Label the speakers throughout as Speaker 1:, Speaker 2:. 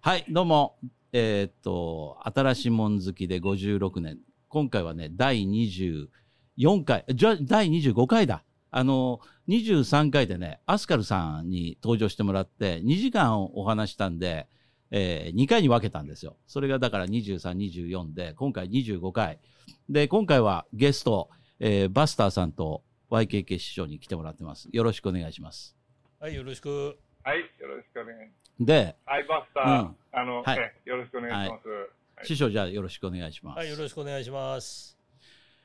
Speaker 1: はい、どうも。えーっと、新しいもん好きで56年。今回はね、第24回、じゃ、第25回だ。あの、23回でね、アスカルさんに登場してもらって、2時間お話したんで、え2回に分けたんですよ。それがだから23、24で、今回25回。で、今回はゲスト、えーバスターさんと YKK 師匠に来てもらってます。よろしくお願いします。
Speaker 2: はい、よろしく。
Speaker 3: はい、よろしくお願いします。
Speaker 1: で、
Speaker 3: アイバスター、
Speaker 1: うん
Speaker 3: あの、
Speaker 1: はい
Speaker 3: ねよろしくお願いします。はい
Speaker 1: 師匠じゃあよろしくお願いします。
Speaker 2: はい、よろしくお願いします。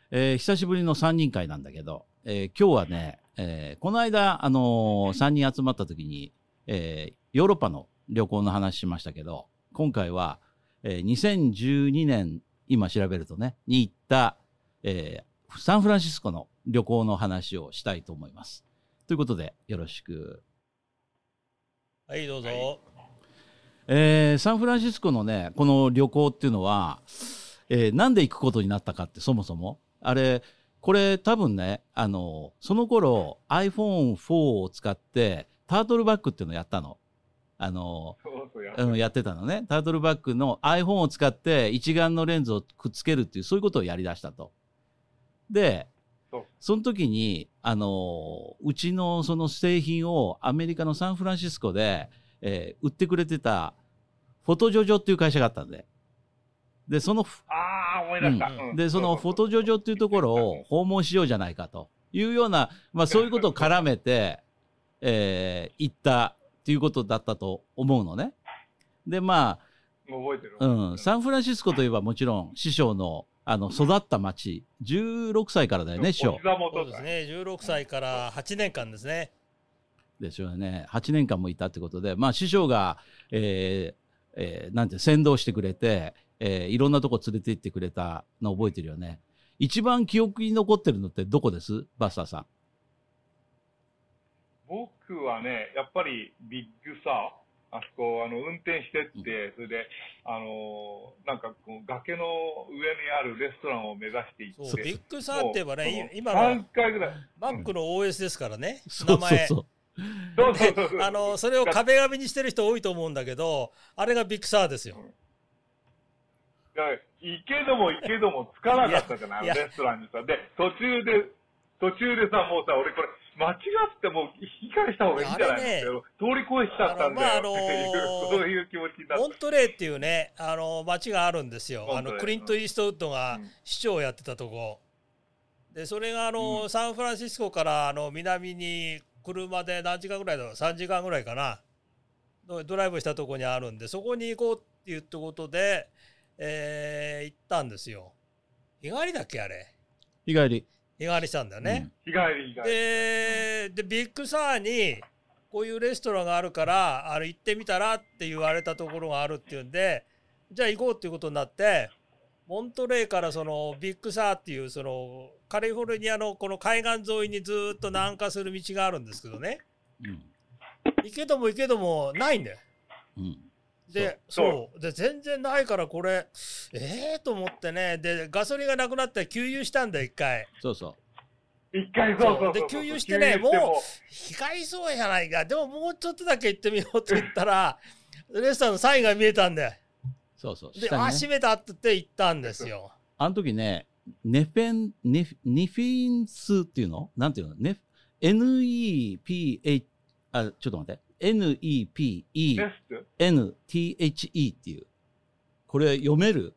Speaker 1: えー久しぶりの3人会なんだけど、えー今日はね、えーこの間、あの3人集まった時に、えーヨーロッパの旅行の話しましたけど、今回は、えー2012年、今調べるとね、に行った、えーサンフランシスコの旅行の話をしたいと思います。ということで、よろしく。
Speaker 2: はい、どうぞ。
Speaker 3: は
Speaker 1: えーサンフランシスコのね、この旅行っていうのは、えーなんで行くことになったかってそもそも。あれ、これ多分ね、あの、その頃 iPhone4 を使ってタートルバックっていうのをやったの。あの、
Speaker 3: そうそうや。
Speaker 1: あのやってたのね。タートルバックの iPhone を使って一眼のレンズをくっつけるっていう、そういうことをやり出したと。で
Speaker 3: そう、
Speaker 1: その時に、あの、うちのその製品をアメリカのサンフランシスコで、えー売ってくれてた、フォトジョジョっていう会社があったんで。で、その、
Speaker 3: ああ、思い出した。
Speaker 2: うん
Speaker 3: うん
Speaker 1: で、そのフォトジョジョっていうところを、訪問しようじゃないかというような、まあそういうことを絡めて、えー行ったっていうことだったと思うのね。で、ま
Speaker 3: そうそう覚えてる。
Speaker 1: あ、うん、サンフランシスコといえばもちろん師匠の、あの、育った町、16歳からだよね、師
Speaker 3: お
Speaker 1: 匠。
Speaker 3: 膝元
Speaker 2: そう
Speaker 3: だ
Speaker 2: ですね、16歳から8年間ですね。
Speaker 1: ですよね。8年間もいたってことで、まあ師匠が、えーえーなんて、先導してくれて、えーいろんなとこ連れて行ってくれたの覚えてるよね。一番記憶に残ってるのってどこですバスターさん。
Speaker 3: 僕はね、やっぱりビッグサー、あそこ、あの、運転してって、それで、あのーなんかこう、崖の上にあるレストランを目指して行
Speaker 2: そ
Speaker 3: っ
Speaker 2: う
Speaker 3: て。
Speaker 2: ビッグサーって言えばね、い今の
Speaker 3: 3回ぐらい。
Speaker 2: マックの OS ですからね、
Speaker 1: そ
Speaker 2: 名
Speaker 1: うそう
Speaker 2: 前
Speaker 1: そ。う。
Speaker 3: そうそうそうそ
Speaker 2: で
Speaker 3: う。
Speaker 2: あの、それを壁紙にしてる人多いと思うんだけど、あれがビッグサーですよ。
Speaker 3: だから行けども行けどもつかなかったじゃないい、
Speaker 2: や
Speaker 3: あのレストランにさ。で、途中で、途中でさ、もうさ、俺これ、間違ってもう引き返した方がいいんじゃない
Speaker 2: いやあれね
Speaker 3: の通り越しちゃったんだよ、
Speaker 2: あのまああのー
Speaker 3: っていう、そういう気持ちになっ
Speaker 2: モントレーっていうね、あの、街があるんですよ。
Speaker 3: モ
Speaker 2: あ
Speaker 3: ントレー
Speaker 2: の、クリント・イーストウッドが
Speaker 3: うん
Speaker 2: 市長をやってたとこ。で、それがあの、
Speaker 3: う
Speaker 2: サンフランシスコからあの、南に車で何時間ぐらいだろう ?3 時間ぐらいかな。のドライブしたとこにあるんで、そこに行こうって言ったことで、えー行ったんですよ。日帰りだっけあれ。
Speaker 1: 日帰り。
Speaker 2: 日帰りしたんだよね。
Speaker 3: 日帰り以外。
Speaker 2: ででビッグサーにこういうレストランがあるからあれ行ってみたらって言われたところがあるっていうんでじゃあ行こうっていうことになってモントレーからそのビッグサーっていうそのカリフォルニアのこの海岸沿いにずーっと南下する道があるんですけどね
Speaker 1: うん。
Speaker 2: 行けども行けどもないんだよ。
Speaker 1: うん。
Speaker 2: でそうで全然ないからこれええと思ってねでガソリンがなくなって給油したんだよ一回。
Speaker 1: そうそ
Speaker 3: 一回そうそうそう
Speaker 2: で給油してね
Speaker 3: 給油
Speaker 2: も被害そうじゃないかでももうちょっとだけ行ってみようって言ったらレストランのサインが見えたんで
Speaker 1: う。そうそう。
Speaker 2: で、
Speaker 1: 下に
Speaker 2: あ
Speaker 1: ね
Speaker 2: 閉めたって言って行ったんですよ
Speaker 1: あの時ね、ネフェン、ネフニフィンスっていうのなんていうのネフ ?NEPH、あ、ちょっと待って。NEPENTHE
Speaker 3: レス
Speaker 1: っていう。これ読める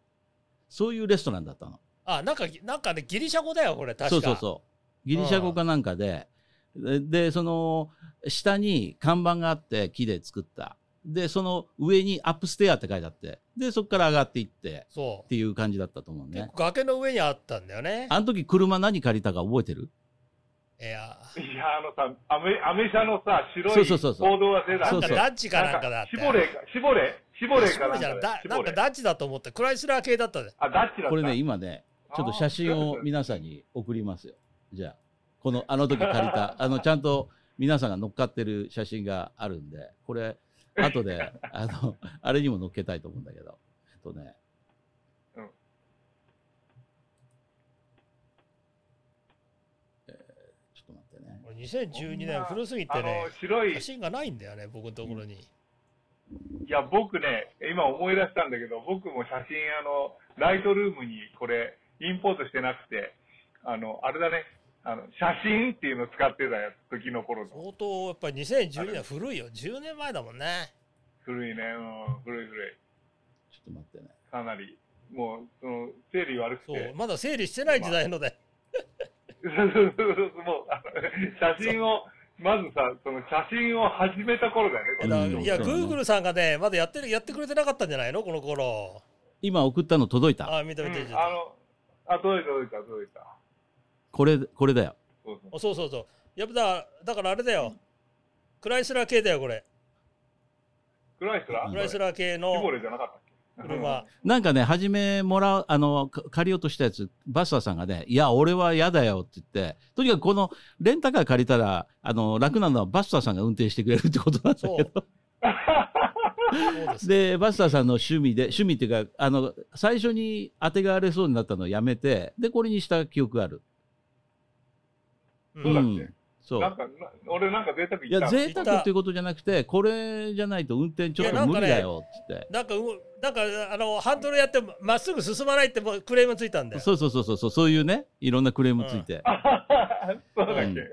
Speaker 1: そういうレストランだったの。
Speaker 2: あなんかなんかねギリシャ語だよこれ確か
Speaker 1: そうそうそう。ギリシャ語かなんかで、で、でその、下に看板があって、木で作った。で、その上にアップステアって書いてあって、で、そこから上がっていって、
Speaker 2: そ
Speaker 1: っていう感じだったと思う
Speaker 2: う
Speaker 1: ね
Speaker 2: 結。構崖の上にあったんだよね
Speaker 1: あの時車何借りたか覚えてる
Speaker 2: いや
Speaker 3: ト。いや、あのさ、アメアメ車のさ、白
Speaker 1: そう
Speaker 3: い
Speaker 1: そうそうそう
Speaker 3: 行動が出た
Speaker 2: なん
Speaker 1: そう
Speaker 2: か
Speaker 1: そう
Speaker 2: ダッチかなんかだって
Speaker 3: シボレーか、シボレー、シボレー
Speaker 2: シボ
Speaker 3: かな
Speaker 2: レ
Speaker 3: ん
Speaker 2: じゃ
Speaker 3: か
Speaker 2: ない
Speaker 3: だよ
Speaker 2: だ
Speaker 3: シ
Speaker 2: な
Speaker 3: ボ
Speaker 2: ん
Speaker 3: レ
Speaker 2: か
Speaker 3: ー
Speaker 2: ダッチだと思ってクライスラー系だったで
Speaker 3: あ、ダッチだった。
Speaker 1: これね、今ね、ちょっと写真を皆さんに送りますよ。じゃあ、この、あの時借り た、あの、ちゃんと皆さんが乗っかってる写真があるんで、これ、後 で、あの、あれにも乗っけたいと思うんだけど、えっとね。
Speaker 3: うん
Speaker 1: えーちょっと待ってね。
Speaker 2: 俺2012
Speaker 3: こん
Speaker 2: 年
Speaker 3: な
Speaker 2: 古すぎ
Speaker 3: あ
Speaker 2: てね
Speaker 3: の、白い
Speaker 2: 写真がないんだよね僕のところに
Speaker 3: いや、僕ね、今思い出したんだけど、僕も写真、あの、ライトルームにこれ、インポートしてなくて、あの、あれだね、あの、写真っていうのを使ってたやつ、時の頃の。
Speaker 2: 相当やっぱり2012年は古いよ10年前だもんね
Speaker 3: 古いね、うん、古い古い。
Speaker 1: ちょっと待ってね。
Speaker 3: かなり。もう、その、整理悪く
Speaker 2: そう
Speaker 3: て。
Speaker 2: まだ整理してない時代ので、
Speaker 3: もう、あの写真を、まずさ、その写真を始めた頃だよねこ
Speaker 1: う
Speaker 3: れ
Speaker 1: ん
Speaker 2: だからいや
Speaker 1: そう
Speaker 2: グ
Speaker 1: だね
Speaker 2: ーグルさんがねまだやってるやってくれてなかったんじゃないのこの頃
Speaker 1: 今送ったの届いた。
Speaker 2: あ見た
Speaker 3: う
Speaker 2: 見
Speaker 3: ん
Speaker 2: た見た、
Speaker 3: あの、あ、届いた届いた届いた。
Speaker 1: これ、これだよ。
Speaker 3: そうそう
Speaker 2: あそうそうそうやっぱだだからあれだよ、クライスラー系だよこれ
Speaker 3: クライスラー
Speaker 2: クライスラー系
Speaker 3: ティボ
Speaker 2: の
Speaker 3: レじゃなかったっけ
Speaker 2: 車
Speaker 1: なんかね、初めもらう、あの、か借りようとしたやつ、バスターさんがね、いや、俺は嫌だよって言って、とにかくこのレンタカー借りたら、あの、楽なのはバスターさんが運転してくれるってことなんだけ
Speaker 2: そう
Speaker 1: ど。
Speaker 2: そうです
Speaker 1: で、バスターさんの趣味で、趣味っていうか、あの、最初に当てがわれそうになったのをやめて、で、これにした記憶がある。
Speaker 2: うん
Speaker 3: そうだっけ
Speaker 1: んそ
Speaker 3: なん
Speaker 1: う。
Speaker 3: か、な俺なんか贅沢
Speaker 1: い
Speaker 3: 言っ
Speaker 1: や、
Speaker 3: た
Speaker 1: 贅沢っていうことじゃなくて、これじゃないと運転ちょっと無理だよって言って。
Speaker 2: なんかうなんかあのハンドルやってもまっすぐ進まないってもうクレームついたんだよ
Speaker 1: そうそうそうそうそう、そういうね、いろんなクレームつい て。
Speaker 3: そうだっけ、
Speaker 1: う
Speaker 3: うんんそう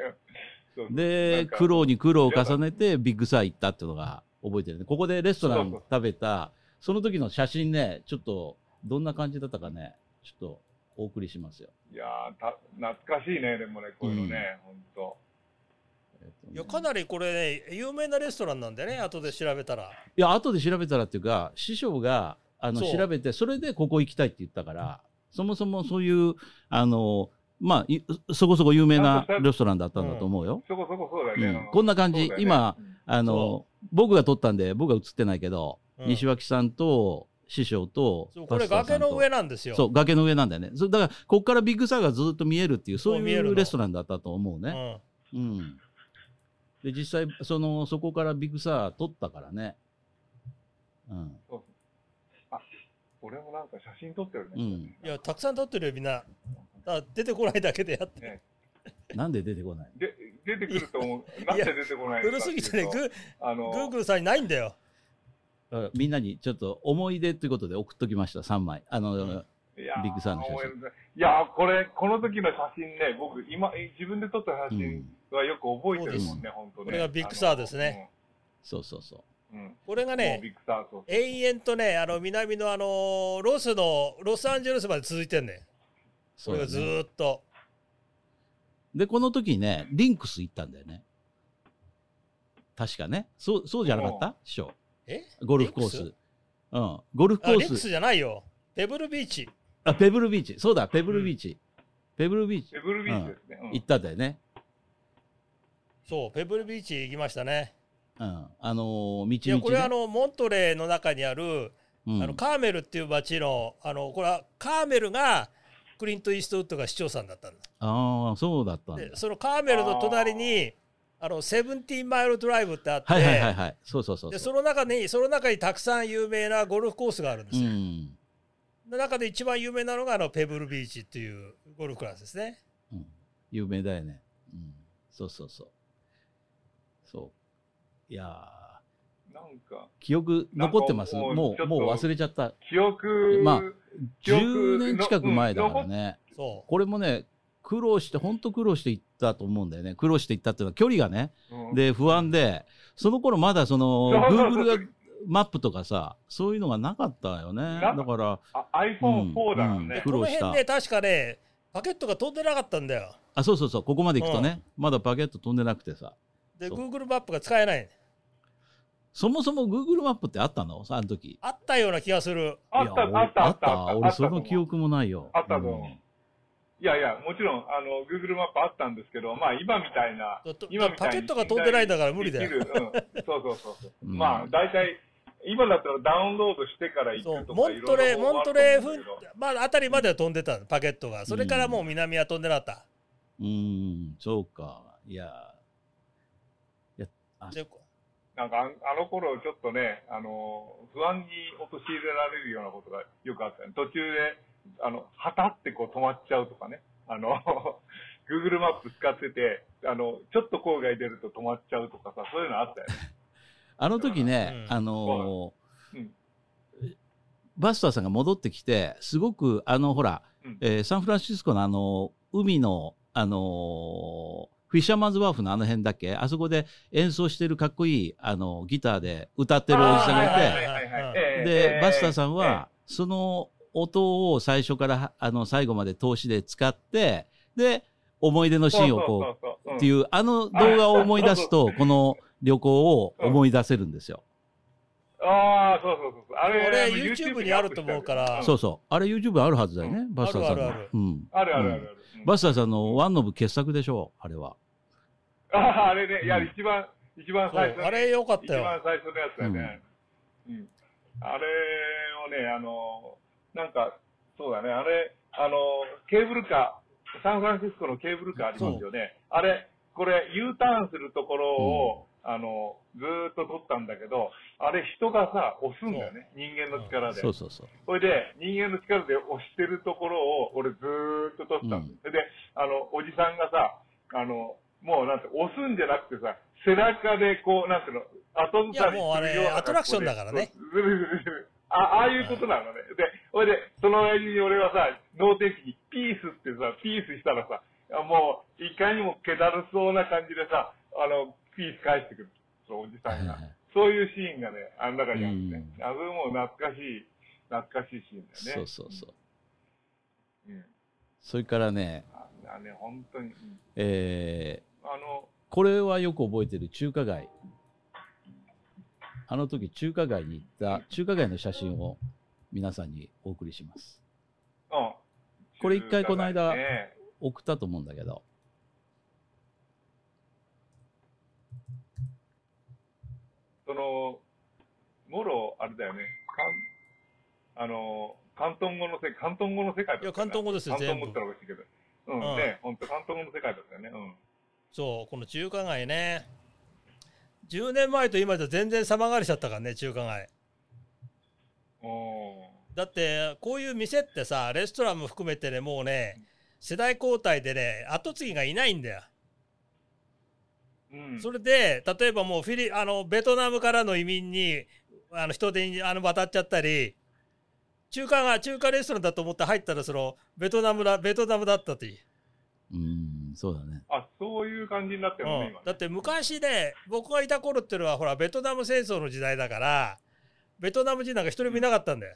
Speaker 3: そうな
Speaker 1: で
Speaker 3: ん、か
Speaker 1: 苦労に苦労を重ねて、ビッグサー行ったっていうのが覚えてるね。ここでレストラ
Speaker 3: そうそ
Speaker 1: ン
Speaker 3: う
Speaker 1: 食べた、その時の写真ね、ちょっと、どんな感じだったかね、ちょっと、お送りしますよ。
Speaker 3: いやーた懐かしいねでもねこういうのね、本
Speaker 1: えっとね
Speaker 2: いやかなりこれね有名なレストランなんだよね後で調べたら
Speaker 1: いや、後で調べたらっていうか、師匠が、あの、
Speaker 2: そう
Speaker 1: 調べて、それでここ行きたいって言ったから、そもそもそういう、あの、まあ、いそこそこ有名なレストランだったんだと思うよ。
Speaker 3: 当そこそこそうだよ
Speaker 1: う
Speaker 3: ね、
Speaker 1: んこんな感じ、
Speaker 3: そうだよね
Speaker 1: 今、
Speaker 3: うん
Speaker 1: あの
Speaker 2: そ、
Speaker 1: 僕が撮ったんで、僕は映ってないけど、
Speaker 2: うん
Speaker 1: 西脇さんと師匠と
Speaker 2: そう、こ
Speaker 1: パ
Speaker 2: れ
Speaker 1: スターさ
Speaker 2: 崖
Speaker 1: んと
Speaker 2: の上なんですよ
Speaker 1: そう、崖の上なんだよね。そうだから、こっからビッグサーがずっと見えるっていう、そう
Speaker 2: そう見え
Speaker 1: いう
Speaker 2: るの
Speaker 1: レストランだったと思う
Speaker 2: う
Speaker 1: ね。
Speaker 2: ん
Speaker 1: うん。で、実際、その、そこからビッグサー撮ったからね。うん。
Speaker 3: 俺もなんか写真撮ってるね、
Speaker 1: うん
Speaker 2: いやたくさん撮ってるよみんなだから出てこないだけでやって
Speaker 3: ね
Speaker 1: なんで出てこない
Speaker 3: で出てくると思うなんで出てこないの
Speaker 2: 古
Speaker 3: かって
Speaker 2: す
Speaker 3: いう
Speaker 2: ぎ
Speaker 3: と
Speaker 2: てねグー
Speaker 3: あ
Speaker 2: グ
Speaker 3: の
Speaker 2: ーグルさんにないんだよ
Speaker 1: だからみんなにちょっと思い出ということで送っときました、3枚。あの、
Speaker 2: うん
Speaker 3: いや
Speaker 1: ビッグサーの写真
Speaker 3: 思えるねいやーこれこの時の写真ね僕今自分で撮った
Speaker 1: う
Speaker 3: 写真
Speaker 1: ん
Speaker 3: はよく覚えてるもんね、本当ね
Speaker 2: これがビッグサーですね
Speaker 1: そうそうそ
Speaker 3: あのうんうん
Speaker 2: これが
Speaker 3: もう
Speaker 2: ね
Speaker 3: ビッグサーそう
Speaker 2: 永遠とねあの南のあのロスのロサンゼルスまで続いてんねん
Speaker 1: う。
Speaker 2: こ
Speaker 1: そう
Speaker 2: れ
Speaker 1: だ
Speaker 2: が
Speaker 1: ね
Speaker 2: ずーっと
Speaker 1: で、この時ね、リンクス行ったんだよね。確かね。そう、そうじゃなかっ
Speaker 3: う
Speaker 1: た師匠。
Speaker 2: え
Speaker 1: ゴルフコー
Speaker 2: リン
Speaker 1: ス。うん。ゴルフコ
Speaker 2: あリン
Speaker 1: ース
Speaker 2: クス。じゃないよペブルビーチ
Speaker 1: あ、ペブルビーチ。そうだ、ペブルビーチ。ペブルビーチ
Speaker 3: セブルビーチですね、うん
Speaker 1: 行ったんだよね。
Speaker 2: そうペブルビーチ行きましたね
Speaker 1: うん。あのー、道
Speaker 2: いや
Speaker 1: 々
Speaker 2: これ
Speaker 1: ね
Speaker 2: あのモントレーの中にある
Speaker 1: うん
Speaker 2: あのカーメルっていう町のあのこれはカーメルがクリント・イーストウッドが市長さんだったんだ
Speaker 1: ああ、そうだったんだ
Speaker 2: で。そのカーメルの隣にあのセブンティーンマイルドライブってあって、
Speaker 1: はいはいはいはい。そうそうそう
Speaker 2: で
Speaker 1: そ。
Speaker 2: そうの中にその中にたくさん有名なゴルフコースがあるんで
Speaker 1: う
Speaker 2: すよ、
Speaker 1: ん。
Speaker 2: の中で一番有名なのがあのペブルビーチっていうゴルフクラスですね
Speaker 1: うん有名だよね。うん。そうそうそう。そう。いやー。
Speaker 3: なんか
Speaker 1: 記憶残ってます
Speaker 3: なんか
Speaker 1: も
Speaker 3: もうち
Speaker 1: う
Speaker 3: ょっ
Speaker 1: も
Speaker 3: と
Speaker 1: う忘れちゃった
Speaker 3: 記憶、
Speaker 1: まあ
Speaker 3: 記憶
Speaker 1: 10年近く前だからね
Speaker 2: そ
Speaker 1: これもね苦労して本当苦労していったと思うんだよね苦労していったっていうのは距離がね
Speaker 3: うん
Speaker 1: で不安でその頃まだその
Speaker 3: そうそうそう
Speaker 1: Google がマップとかさそういうのがなかったよね
Speaker 3: か
Speaker 1: だから
Speaker 3: あ
Speaker 1: うん
Speaker 3: iPhone4 だから
Speaker 1: う
Speaker 2: うん
Speaker 3: ね
Speaker 1: 苦、
Speaker 2: この
Speaker 1: 労した
Speaker 2: 辺ね確かねパケットが飛んでなかったんだよ
Speaker 1: あそうそうそうここまで行くとねまだバケット飛んでなくてさ
Speaker 2: で
Speaker 1: そう
Speaker 2: Google マップが使えない
Speaker 1: そもそも Google マップってあったのあの時
Speaker 2: あったような気がする
Speaker 3: あった
Speaker 1: いや
Speaker 3: あったあった
Speaker 1: あった俺そ
Speaker 3: と思
Speaker 1: の
Speaker 3: う
Speaker 1: 記憶もないよ
Speaker 3: あったと
Speaker 1: う
Speaker 3: 思うんいやいやもちろんあの Google マップあったんですけどまあ今みたいな
Speaker 2: だと
Speaker 3: 今みたい
Speaker 2: パケ
Speaker 3: に
Speaker 2: ットが飛んでないんだから無理だ
Speaker 3: でき
Speaker 2: よ
Speaker 3: るうん、そうそうそうそう、
Speaker 1: うん
Speaker 3: まあ大体今だったらダウンロードしてから行
Speaker 2: そう
Speaker 3: くとか
Speaker 2: モントレーモントレーフン
Speaker 3: いろいろ方法
Speaker 2: まああたりまでは飛んでたのパケットがそれからもう南は飛んでなかった、
Speaker 1: うーん、そうか。いやー、いや、うん
Speaker 2: で
Speaker 3: あると思うけどなんかああの頃ちょっとねあの不安に陥れられるようなことがよくあったね途中であのはたってこう止まっちゃうとかねあの Google マップ使っててあのちょっと郊外出ると止まっちゃうとかさそういうのあったよね
Speaker 1: あの時ね、
Speaker 2: うん
Speaker 1: あのー
Speaker 3: うん
Speaker 1: バスターさんが戻ってきて、すごく、あの、ほら、
Speaker 3: うん
Speaker 1: えーサンフランシスコのあの、海の、あのーフィッシャーマンズワーフのあの辺だっけあそこで演奏してるかっこいい、あの、ギターで歌ってるおじさんがい
Speaker 2: あ
Speaker 1: て
Speaker 2: ー、はいはいはいはい
Speaker 1: で、バスターさんは、その音を最初から、あの、最後まで通しで使って、で、思い出のシーンをこう、っていうう、あの動画を思い出すと、この旅行を思い出せるんですよ。
Speaker 3: ん。ああ、そうそうそうそう。あれ、
Speaker 2: 俺
Speaker 3: あの
Speaker 2: YouTube にあると思うから
Speaker 3: ん
Speaker 1: そうそう。あれ YouTube あるはずだよね、バスターさんの。
Speaker 2: あるある
Speaker 1: うん。
Speaker 3: あるあるあるある。うん
Speaker 1: バスターさんのワンノブ傑作でしょう、あれは。
Speaker 3: ああ、あれね、いや、
Speaker 1: うん
Speaker 3: 一番、一番
Speaker 2: そう
Speaker 3: 最初の。
Speaker 2: あれ良かっ
Speaker 3: 一
Speaker 2: たよ。
Speaker 3: 番最初のやつだね。うん。あれをね、あの、なんか、そうだね、あれ、あの、ケーブルカー、サンフランシスコのケーブルカーありますよね。あれ、これ、U ターンするところを、あの、ずーっと撮ったんだけど、あれ人がさ、押すんだよね。人間の力で。
Speaker 1: そうそうそう。
Speaker 3: それで、人間の力で押してるところを、俺ずーっと撮ってた
Speaker 1: う
Speaker 3: の
Speaker 1: ん
Speaker 3: それで、あの、おじさんがさ、あの、もうなんて、押すんじゃなくてさ、背中でこう、なんていうの、後ずさりするようない
Speaker 2: やもうあれアトラクションだからね
Speaker 3: そうずるずるずるあああいうことなのね。で、それで、その親父に俺はさ、脳天気にピースってさ、ピースしたらさ、あもう、いかにも気だるそうな感じでさ、あの、ピース返してくる。そのおじさんが。そういうシーンがね、あん中にあるね。
Speaker 1: う
Speaker 3: あそれも懐かしい、懐かしいシーンだ
Speaker 1: そ
Speaker 3: よね。
Speaker 1: うそうそう。
Speaker 3: う。ん。
Speaker 1: それからね、
Speaker 3: ああね、本当に。うん
Speaker 1: えー、
Speaker 3: あの、
Speaker 1: これはよく覚えてる中華街。あの時中華街に行った中華街の写真を皆さんにお送りします。
Speaker 3: うん。
Speaker 1: これ一回この間
Speaker 3: ね
Speaker 1: 送ったと思うんだけど。
Speaker 3: その、もろ、あれだよね。かんあの、広東語のせ、広東語の世界だった
Speaker 2: い
Speaker 3: よ
Speaker 2: や、
Speaker 3: ね
Speaker 2: 広東語ですよ、
Speaker 3: 広
Speaker 2: 全
Speaker 3: 東語
Speaker 2: 部
Speaker 3: って。言ったらおかしいけど。うん、
Speaker 2: うん
Speaker 3: ね、本当広東語の世界だったよね。うん。
Speaker 2: そう、この中華街ね。10年前と今じゃ全然様変わりしちゃったからね、中華街。
Speaker 3: お
Speaker 2: だって、こういう店ってさ、レストランも含めてね、もうね、世代交代でね、後継ぎがいないんだよ。
Speaker 3: ーうん。
Speaker 2: それで、例えばもうフィリ、あの、ベトナムからの移民に、あの、人手に、あの、渡っちゃったり、中華が、中華レストランだと思って入ったら、その、ベトナムだ、ベトナムだったという。
Speaker 1: うーん、そうだね。
Speaker 3: あ、そういう感じになってるのね、今
Speaker 2: う
Speaker 3: ね
Speaker 2: ん、だって昔ね僕がいた頃っていうのはほらベトナム戦争の時代だからベトナム人なんか一人もいなかったんだよ、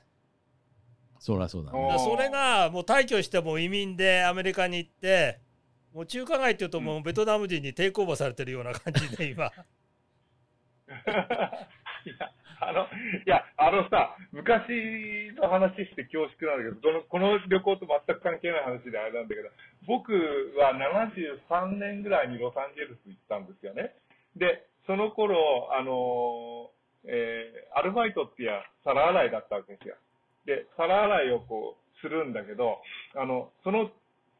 Speaker 1: そりゃそうだね。
Speaker 3: お
Speaker 2: だからそれがもう退去してもう移民でアメリカに行ってもう中華街っていうともうベトナム人にテイクオーバーされてるような感じで今
Speaker 3: いや、あの、いや、あのさ、昔の話して恐縮なんだけど、どのこの旅行と全く関係ない話であれなんだけど、僕は73年ぐらいにロサンゼルス行ったんですよね。で、その頃、あの、えーアルバイトってや皿洗いだったわけですよ。で、皿洗いをこう、するんだけど、あの、その、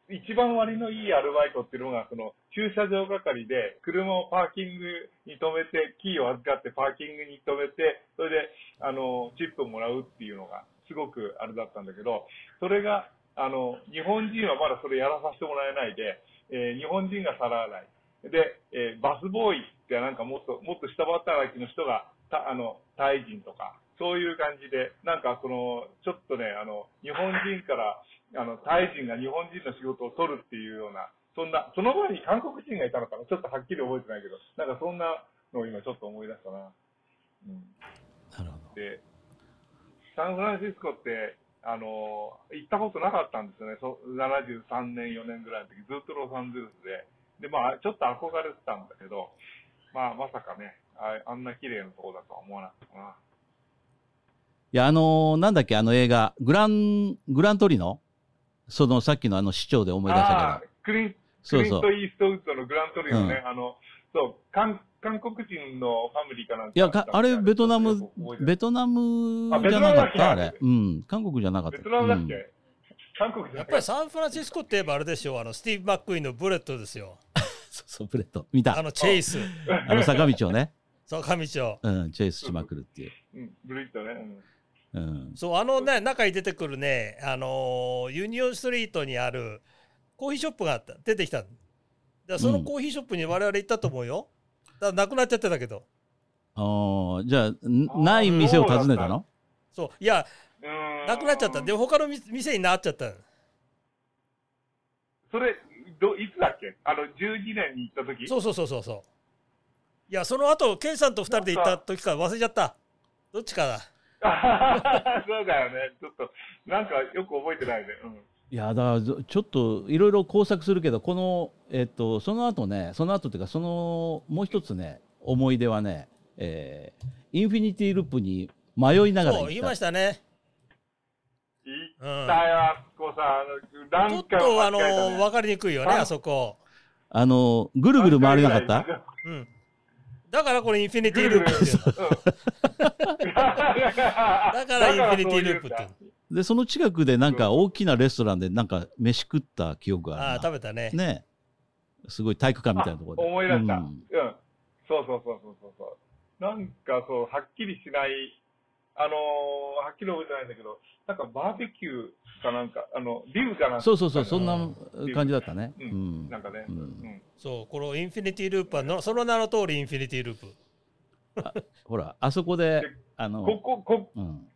Speaker 3: 一番割のいいアルバイトっていうのが、その、駐車場係で、車をパーキングに止めて、キーを預かってパーキングに止めて、それで、あの、チップをもらうっていうのが、すごくあれだったんだけど、それが、あの、日本人はまだそれやらさせてもらえないで、えー日本人が皿洗い。で、えーバスボーイってなんかもっと、もっと下働きの人が、たあの、タイ人とか、そういう感じで、なんかその、ちょっとね、あの、日本人から、あの、タイ人が日本人の仕事を取るっていうような、そんな、その前に韓国人がいたのかなちょっとはっきり覚えてないけど、なんかそんなのを今ちょっと思い出したな。うん。
Speaker 1: なるほ
Speaker 3: で、サンフランシスコって、あの、行ったことなかったんですよね。そ73年、4年ぐらいの時、ずっとロサンゼルスで。で、まあ、ちょっと憧れてたんだけど、まあ、まさかね、ああんな綺麗なとこだとは思わなかったな。
Speaker 1: いや、あのーなんだっけ、あの映画、グラン、グラントリノそのさっきのあの市長で思い出した
Speaker 3: あ
Speaker 1: けど。
Speaker 3: ークリンク
Speaker 1: そう
Speaker 3: リン
Speaker 1: そう
Speaker 3: ト・。イーストウッドのグラントリーのね、あの、そう、韓韓国人のファミリーかなんか
Speaker 1: いや、かあれ、ベトナム、ベ
Speaker 3: ベ
Speaker 1: トナム
Speaker 3: あベ
Speaker 1: じ
Speaker 3: ト
Speaker 1: ゃな
Speaker 3: ナ
Speaker 1: か
Speaker 3: ムだっ
Speaker 1: っ
Speaker 3: け
Speaker 1: たあ
Speaker 3: あ
Speaker 1: れ
Speaker 3: れ。
Speaker 1: うん。韓国じゃなかった。
Speaker 3: ベトナムだっけ、
Speaker 1: うん
Speaker 3: 韓国じ
Speaker 2: や
Speaker 3: ゃな
Speaker 2: っぱ
Speaker 3: か
Speaker 2: り
Speaker 3: った
Speaker 2: サンフランシスコって言えばあれでしょあのスティーブ・マックイーンのブレットですよ
Speaker 1: そうそう、ブレット。見た。
Speaker 2: あ
Speaker 1: あの
Speaker 2: のチェイス
Speaker 1: 坂道をね、
Speaker 2: 坂道を
Speaker 1: うん、チェイスしまくるっていう。
Speaker 3: うん、ブリットね。うん
Speaker 1: うん。
Speaker 2: そうあのね中に出てくるねあのーユニオンストリートにあるコーヒーショップがあった出てきただからそのコーヒーショップに我々行ったと思うよ、だからなくなっちゃってたけど
Speaker 1: あーじゃあ、ん
Speaker 3: あー
Speaker 1: ない店を訪ねたの
Speaker 2: そういや
Speaker 3: うーん
Speaker 2: なくなっちゃったで他の店店になっちゃったの
Speaker 3: それどいつだっけあの12年に行った時
Speaker 2: そうそうそうそうそういやその後ケンさんと二人で行った時から忘れちゃったどっちかだ
Speaker 3: あ そうだよねちょっとなんかよく覚えてないね、うん、
Speaker 1: いやだからちょっといろいろ工作するけどこの、えっと、その後ねその後っていうかそのもう一つね思い出はね、えーインフィニティループに迷いながら
Speaker 2: そう言い
Speaker 1: 行
Speaker 2: ま
Speaker 1: っ
Speaker 2: したたねう
Speaker 3: 行った
Speaker 2: ん
Speaker 3: よあそこさあの
Speaker 2: ちょ
Speaker 3: 何
Speaker 2: っ
Speaker 3: 回も
Speaker 2: と
Speaker 3: 間
Speaker 2: あの
Speaker 3: 違えたね
Speaker 2: 分かりにくいよね
Speaker 3: あ
Speaker 2: あそこ
Speaker 1: あのぐるぐる回れなかった
Speaker 2: うんだからこれインフィニテ
Speaker 3: ぐ
Speaker 2: ィ
Speaker 3: る
Speaker 2: ル
Speaker 3: ぐる
Speaker 2: ープっていうの
Speaker 3: うんだ
Speaker 2: だ
Speaker 3: か
Speaker 2: からインフィニティループっていうの
Speaker 1: でその近くでなんか大きなレストランでなんか飯食った記憶が
Speaker 2: あ
Speaker 1: あ
Speaker 2: あ
Speaker 1: るな
Speaker 2: 食べたね
Speaker 1: ねすごい体育館みたいなところで
Speaker 3: 思い出した。
Speaker 1: う
Speaker 3: うん
Speaker 1: ん。
Speaker 3: そうそうそうそうそうそう。なんかそう、はっきりしない、あのーはっきり覚えてないんだけど、なんかバーベキューかなんか、あの、リブかなんか。
Speaker 1: そうそうそうそんな
Speaker 3: うん
Speaker 1: 感じだったね、う
Speaker 3: うん
Speaker 1: ん
Speaker 3: なんかね。
Speaker 1: う
Speaker 3: うんん。
Speaker 2: そうこのインフィニティループはのその名の通りインフィニティループ
Speaker 1: ほらあそこであ
Speaker 3: こ
Speaker 1: の、
Speaker 3: こ、こ、
Speaker 1: うん、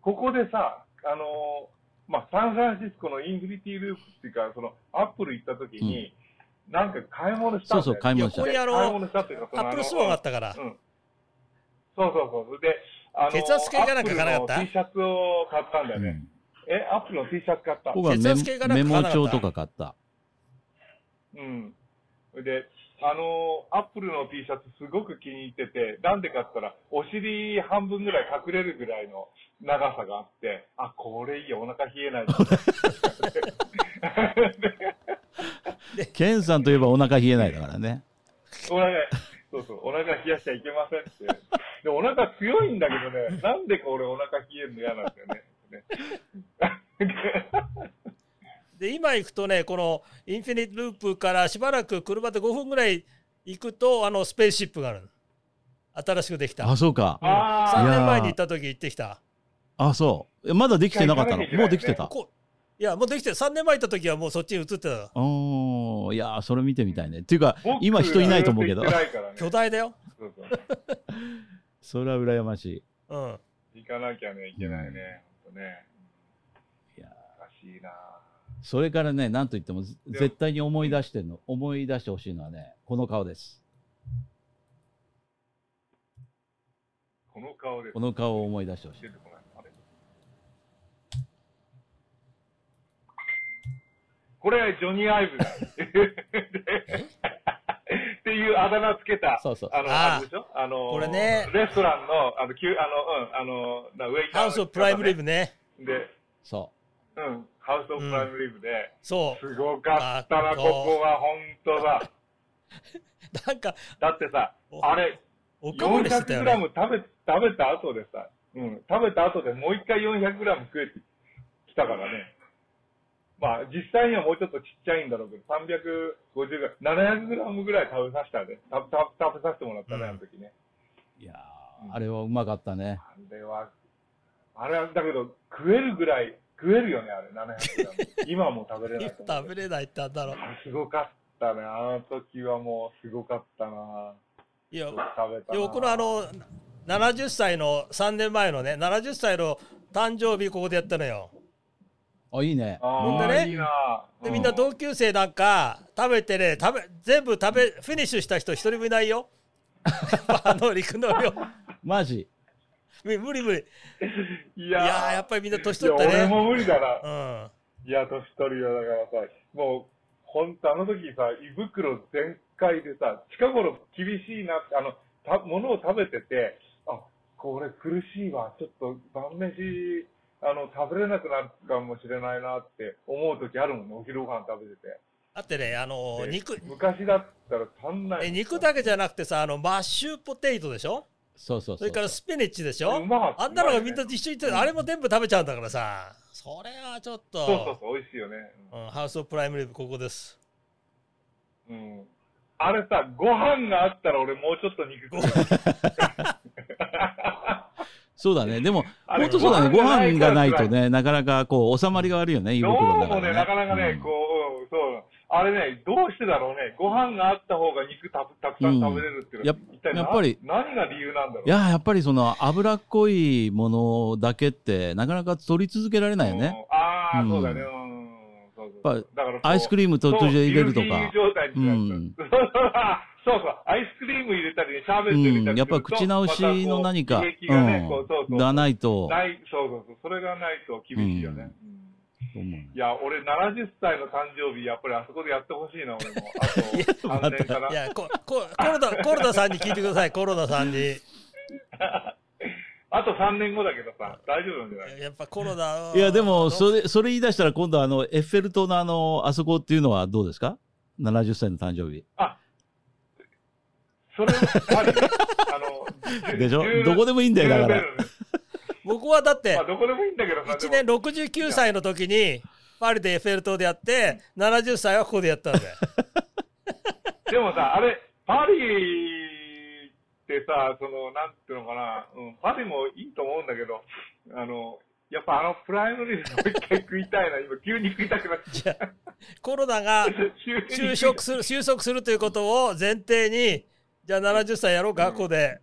Speaker 3: ここでさ、あのーまあ、サンフランシスコのインフィニティループっていうか、その、アップル行った時に、なんか買い物したんだ
Speaker 1: そう
Speaker 3: よね
Speaker 1: そう買い物した
Speaker 2: いやここにあの
Speaker 3: 買い物したっていうか、そ
Speaker 2: ア
Speaker 3: の
Speaker 2: ップルストアがあったから
Speaker 3: うんそうそうそう。それで、あの
Speaker 2: 血圧計かなんか買わなかった
Speaker 3: Apple の T シャツを買ったんだ
Speaker 1: う
Speaker 3: よね。
Speaker 1: ん
Speaker 3: え、アップルの T シャツ買った。
Speaker 1: 僕は
Speaker 2: 血
Speaker 1: メ
Speaker 2: 圧計がなん
Speaker 1: メ
Speaker 2: か買わ
Speaker 1: モ
Speaker 2: なかった
Speaker 1: 帳とか買った
Speaker 3: うん。それで、あのアップルの T シャツすごく気に入ってて、なんでかって言ったら、お尻半分ぐらい隠れるぐらいの長さがあって、あ、これいいよ、お腹冷えない。
Speaker 1: ケンさんといえばお腹冷えないだからね。
Speaker 3: お腹、そうそう、お腹冷やしちゃいけませんって。で、お腹強いんだけど ね、なんでか俺お腹冷えるの嫌なんだよね。ね
Speaker 2: で今行くとねこのインフィニティループからしばらく車で5分ぐらい行くとあのスペースシップがある新しくできた
Speaker 1: あ、そうか。
Speaker 3: あー
Speaker 2: 3年前に行った時行ってきた
Speaker 1: あ、そう。えまだできてなかったの
Speaker 3: 一。回
Speaker 1: も
Speaker 3: 行
Speaker 1: う
Speaker 3: かなきゃいけない
Speaker 1: できて
Speaker 3: よね
Speaker 1: た。
Speaker 2: こいやもうできてる3年前行った時はもうそっちに移ってたよ
Speaker 1: おーいやー、それ見てみたいね。っていうか
Speaker 3: 僕、
Speaker 1: 今人いないと思うけど
Speaker 3: 行っ、てないから ね
Speaker 2: 巨大だよ
Speaker 3: そうそう
Speaker 1: それは羨まし
Speaker 2: うん
Speaker 3: 行かなきゃね、いけないね。ほんとね。
Speaker 1: いやー
Speaker 3: おかしいな
Speaker 1: い。
Speaker 3: ぁ
Speaker 1: それからね、なんといっても、ず
Speaker 3: も
Speaker 1: 絶対に思い出してるの、思い出してほしいのはね、この顔です。
Speaker 3: この顔で
Speaker 1: この顔を思い出してほしい
Speaker 3: 出。てこない。あれこれ、ジョニー・アイブだ。 っていうあだ名つけた、
Speaker 1: そうそう
Speaker 3: あの、
Speaker 2: あー
Speaker 3: あれでしょあの、
Speaker 2: これね
Speaker 3: レストランの、あの、きゅあの、うん、あの、なウェイター
Speaker 2: ハ
Speaker 3: の
Speaker 2: ウス・
Speaker 3: 人
Speaker 2: オ
Speaker 3: ね
Speaker 2: ブ・プライム・リブね
Speaker 3: で、
Speaker 1: そ
Speaker 3: うん、ハウス・オブ・プライム・リブで、
Speaker 2: そ
Speaker 3: すごかった
Speaker 2: あ
Speaker 3: な、
Speaker 2: ー
Speaker 3: ここは、本当だ。
Speaker 2: うなんか
Speaker 3: だってさ
Speaker 2: お、
Speaker 3: あれ、
Speaker 2: おかぼりしてたよ
Speaker 3: 400グラ
Speaker 2: ね
Speaker 3: ム食べ、食べた後でさ、うん、食べた後でもう一回400グラム食えてきたからね。まあ、実際にはもうちょっとちっちゃいんだろうけど、350グラム、700グラムぐらい食べさせたね。たた食べさせてもらったね、
Speaker 2: うん
Speaker 3: あの時ね。
Speaker 1: う。いや
Speaker 3: う
Speaker 1: ー、
Speaker 3: ん
Speaker 1: あれはうまかったね。
Speaker 3: あれは、あれは、だけど、食えるぐらい、食えるよね、あれ、700グラム。今はもう食べれないと思う
Speaker 2: 食べれないってあんだろう
Speaker 3: あれすごかったね、あの時はもうすごかったな。
Speaker 2: いや
Speaker 3: よく食べた
Speaker 2: い
Speaker 3: な。
Speaker 2: や僕のあの70歳の3年前のね70歳の誕生日ここでやったのよ
Speaker 1: あ、いいね。
Speaker 3: あ
Speaker 2: ほん
Speaker 3: ー、
Speaker 2: でね
Speaker 3: いいな
Speaker 2: でみんな
Speaker 3: う
Speaker 2: 同級生なんか食べてね食べ全部食べフィニッシュした人一人もいない よあの陸の量
Speaker 1: マジ。
Speaker 2: 無無理無理い
Speaker 3: いや
Speaker 2: や
Speaker 3: ー
Speaker 2: ーやっぱりみんな年取った
Speaker 3: いや俺
Speaker 2: ね
Speaker 3: も無理だな
Speaker 2: う。ん
Speaker 3: いや、年取るよ、だからさ、もう、ほんとあの時さ、胃袋全開でさ、近頃厳しいなって、あの、た、物を食べてて、あ、これ苦しいわ、ちょっと晩飯、あの、食べれなくなるかもしれないなって思う時あるもんね、お昼ご飯食べてて。
Speaker 2: だってねあの
Speaker 3: で
Speaker 2: 肉
Speaker 3: 昔だったら足んない。
Speaker 2: え肉だけじゃなくてさあのマッシュポテイトでしょ
Speaker 1: そうそうそう。
Speaker 2: それからスピニッチでしょ
Speaker 3: うまかった
Speaker 2: あんなのがみんな一緒に食べて
Speaker 3: うん
Speaker 2: あれも全部食べちゃうんだからさそれはちょっと
Speaker 3: そうそうそう、美味しいよね。うん
Speaker 2: うん、ハウス・オブ・プライム・リブここ です
Speaker 3: うんあれさ、ご飯があったら俺もうちょっと肉食う。
Speaker 1: そうだね。でも、
Speaker 3: あれ
Speaker 1: 本当そうだね。ご飯がないと
Speaker 3: ご飯がないから
Speaker 1: ね、なかなかこう、収まりが悪いよね、胃
Speaker 3: どう
Speaker 1: 袋の中
Speaker 3: も
Speaker 1: で
Speaker 3: ね、なかなかね、
Speaker 1: うん
Speaker 3: こう、うんそう、あれね、どうしてだろうね。ご飯があった方が肉たたくさん食べれるっていうのは、
Speaker 1: うんや
Speaker 3: 一体な
Speaker 1: やっぱり
Speaker 3: 何が理由なんだろう。
Speaker 1: いや、やっぱりその脂っこいものだけって、なかなか取り続けられないよね。
Speaker 3: うん。ああ、
Speaker 1: うん
Speaker 3: そうだね。うん。そうそう
Speaker 1: やっ
Speaker 3: だからこう
Speaker 1: アイスクリーム途中で入れると
Speaker 3: そう
Speaker 1: か。
Speaker 3: 有機状態になっちゃうそうそう。アイスクリーム入れたり、シャーベット入れたりすると、
Speaker 1: うんやっぱ口直しの何か
Speaker 3: またこう刺激がね、こうそう
Speaker 1: う
Speaker 3: そ
Speaker 1: ん、
Speaker 3: う。
Speaker 1: が
Speaker 3: ない。
Speaker 1: ないと。
Speaker 3: そうそうそう。それがないと厳しいよね。いや、俺70歳の誕生日、やっぱりあそこでやってほしいな、俺も。あと3年 かな。
Speaker 2: いやここコロナコロナさんに聞いてくださいコロナさんに
Speaker 3: あと3年後だけどさ、大丈夫なんじゃない
Speaker 2: やっぱコロナ
Speaker 1: いや、でも、
Speaker 2: う
Speaker 1: それ、それ言い出したら今度あの、エッフェル塔のあの、あそこっていうのはどうですか ?70 歳の誕生日。
Speaker 3: それはありね、あの、
Speaker 1: でしょ
Speaker 3: 10
Speaker 1: どこでもいいんだよ、だから。
Speaker 3: 10
Speaker 2: 僕はだって
Speaker 3: まあ、どこでもいいんだけどさ、
Speaker 2: 1年69歳の時にパリでエッフェル塔でやって70歳はここでやったんだよ
Speaker 3: でもさ、あれ、パリってさ、その、なんていうのかな、うん、パリもいいと思うんだけど、あの、やっぱあのプライムリーズもう一回食いたいな、今急に食いたくなっちゃう。
Speaker 2: コロナが
Speaker 3: 急に
Speaker 2: 就職する収束するということを前提にじゃあ70歳やろうかここで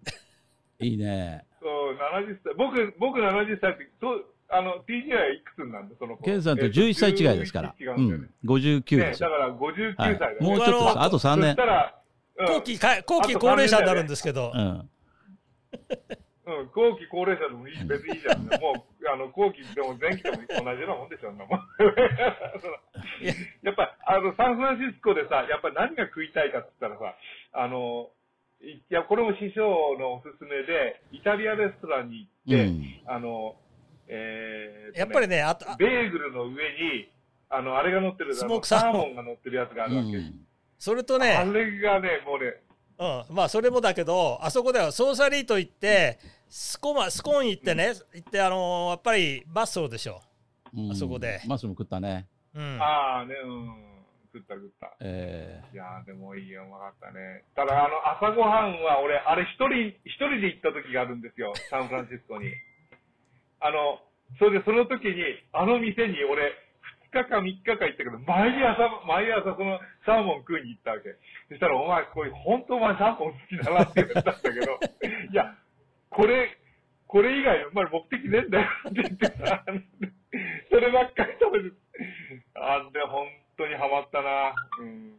Speaker 1: いいね。
Speaker 3: そう、70歳。僕、僕70歳って、そう、あの、TJ はいくつになるのその子
Speaker 1: ケンさんと
Speaker 3: えっ
Speaker 1: 11歳違いですから。
Speaker 3: 11違
Speaker 1: う
Speaker 3: うんだよね
Speaker 1: ん。59
Speaker 3: ね
Speaker 1: で
Speaker 3: だ
Speaker 1: す
Speaker 3: か
Speaker 1: よ。
Speaker 3: ら59
Speaker 1: は
Speaker 3: 歳
Speaker 1: い
Speaker 3: だよ、ね
Speaker 1: もうちょっとですあと3
Speaker 3: そし
Speaker 1: 年
Speaker 3: た。ら、うん
Speaker 2: 後期か後期高齢者になるんですけど
Speaker 1: うん。
Speaker 3: うん、後期高齢者でもいい、別にいいじゃん。もう、 あの、後期でも前期でも同じようなもんでしょ、そ んなもん。その やっぱ、あの、サンフランシスコでさ、やっぱ何が食いたいかって言ったらさ、あの、いや、これも師匠のおすすめで、イタリアレストランに行って、
Speaker 1: うん
Speaker 3: あの、えーとね
Speaker 2: やっぱりねあとあ
Speaker 3: ベーグルの上に、あの、あれが乗ってる、
Speaker 2: スモークサ
Speaker 3: あの
Speaker 2: ーモン
Speaker 3: サーモンが乗ってるやつがあ
Speaker 1: う
Speaker 3: るわけ。
Speaker 1: ん。
Speaker 2: それと
Speaker 3: あ
Speaker 2: ね
Speaker 3: れがね、もうね、
Speaker 2: うん、まあそれもだけどあそこではソーサリート行ってスコマスコーン行ってね、行ってあのーやっぱりバッソーでしょ、
Speaker 1: うん
Speaker 2: あそこで
Speaker 1: マスも食ったね。
Speaker 2: うん、
Speaker 3: ああね、うん、食った食った。
Speaker 1: え
Speaker 3: いやーでもいいよ、うまかったね。ただ、あの、朝ごはんは俺、あれ一人、一人で行った時があるんですよ、サンフランシスコに。 あの、それでその時に、あの店に俺、2日か3日か行ったけど、毎朝、毎朝そのサーモン食いに行ったわけ。そしたら、お前、これ、本当お前サーモン好きだなって言ったんだけど、 いや、これ、これ以外、お前目的ねえんだよって言ってさ、そればっかり食べて、あんで、本当にハマったな。うん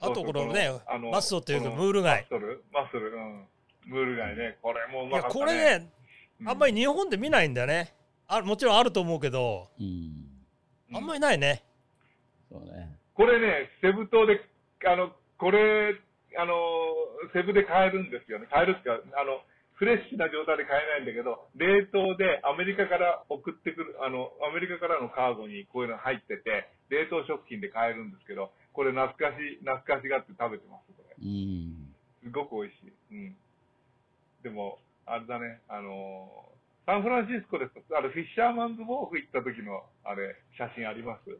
Speaker 2: あとこのね
Speaker 3: そうそうあの
Speaker 2: マッソというか
Speaker 3: この
Speaker 2: ムール貝
Speaker 3: マッソルマッソル、うん。ムール貝ね。これもう
Speaker 2: い
Speaker 3: ま
Speaker 2: や
Speaker 3: かった、ね。
Speaker 2: これね、あんま
Speaker 3: り、
Speaker 2: り日本で見ないんだよねあもちろんあると思うけど
Speaker 1: えうん。
Speaker 2: あんま
Speaker 3: り。
Speaker 2: りないね、
Speaker 1: そうね。
Speaker 3: これね、セブ島で、あの、これ、あの、セブで買えるんですよね。買えるっていうか、あの、フレッシュな状態で買えないんだけど、冷凍でアメリカから送ってくる、あの、アメリカからのカーゴにこういうの入ってて、冷凍食品で買えるんですけど、これ懐かしい、懐かしがって食べてます、これ。
Speaker 1: うん。
Speaker 3: すごく美味しい。うん。でも、あれだね、あのーサンフランシスコですと、あれ、フィッシャーマンズウォーク行った時の、あれ、写真あります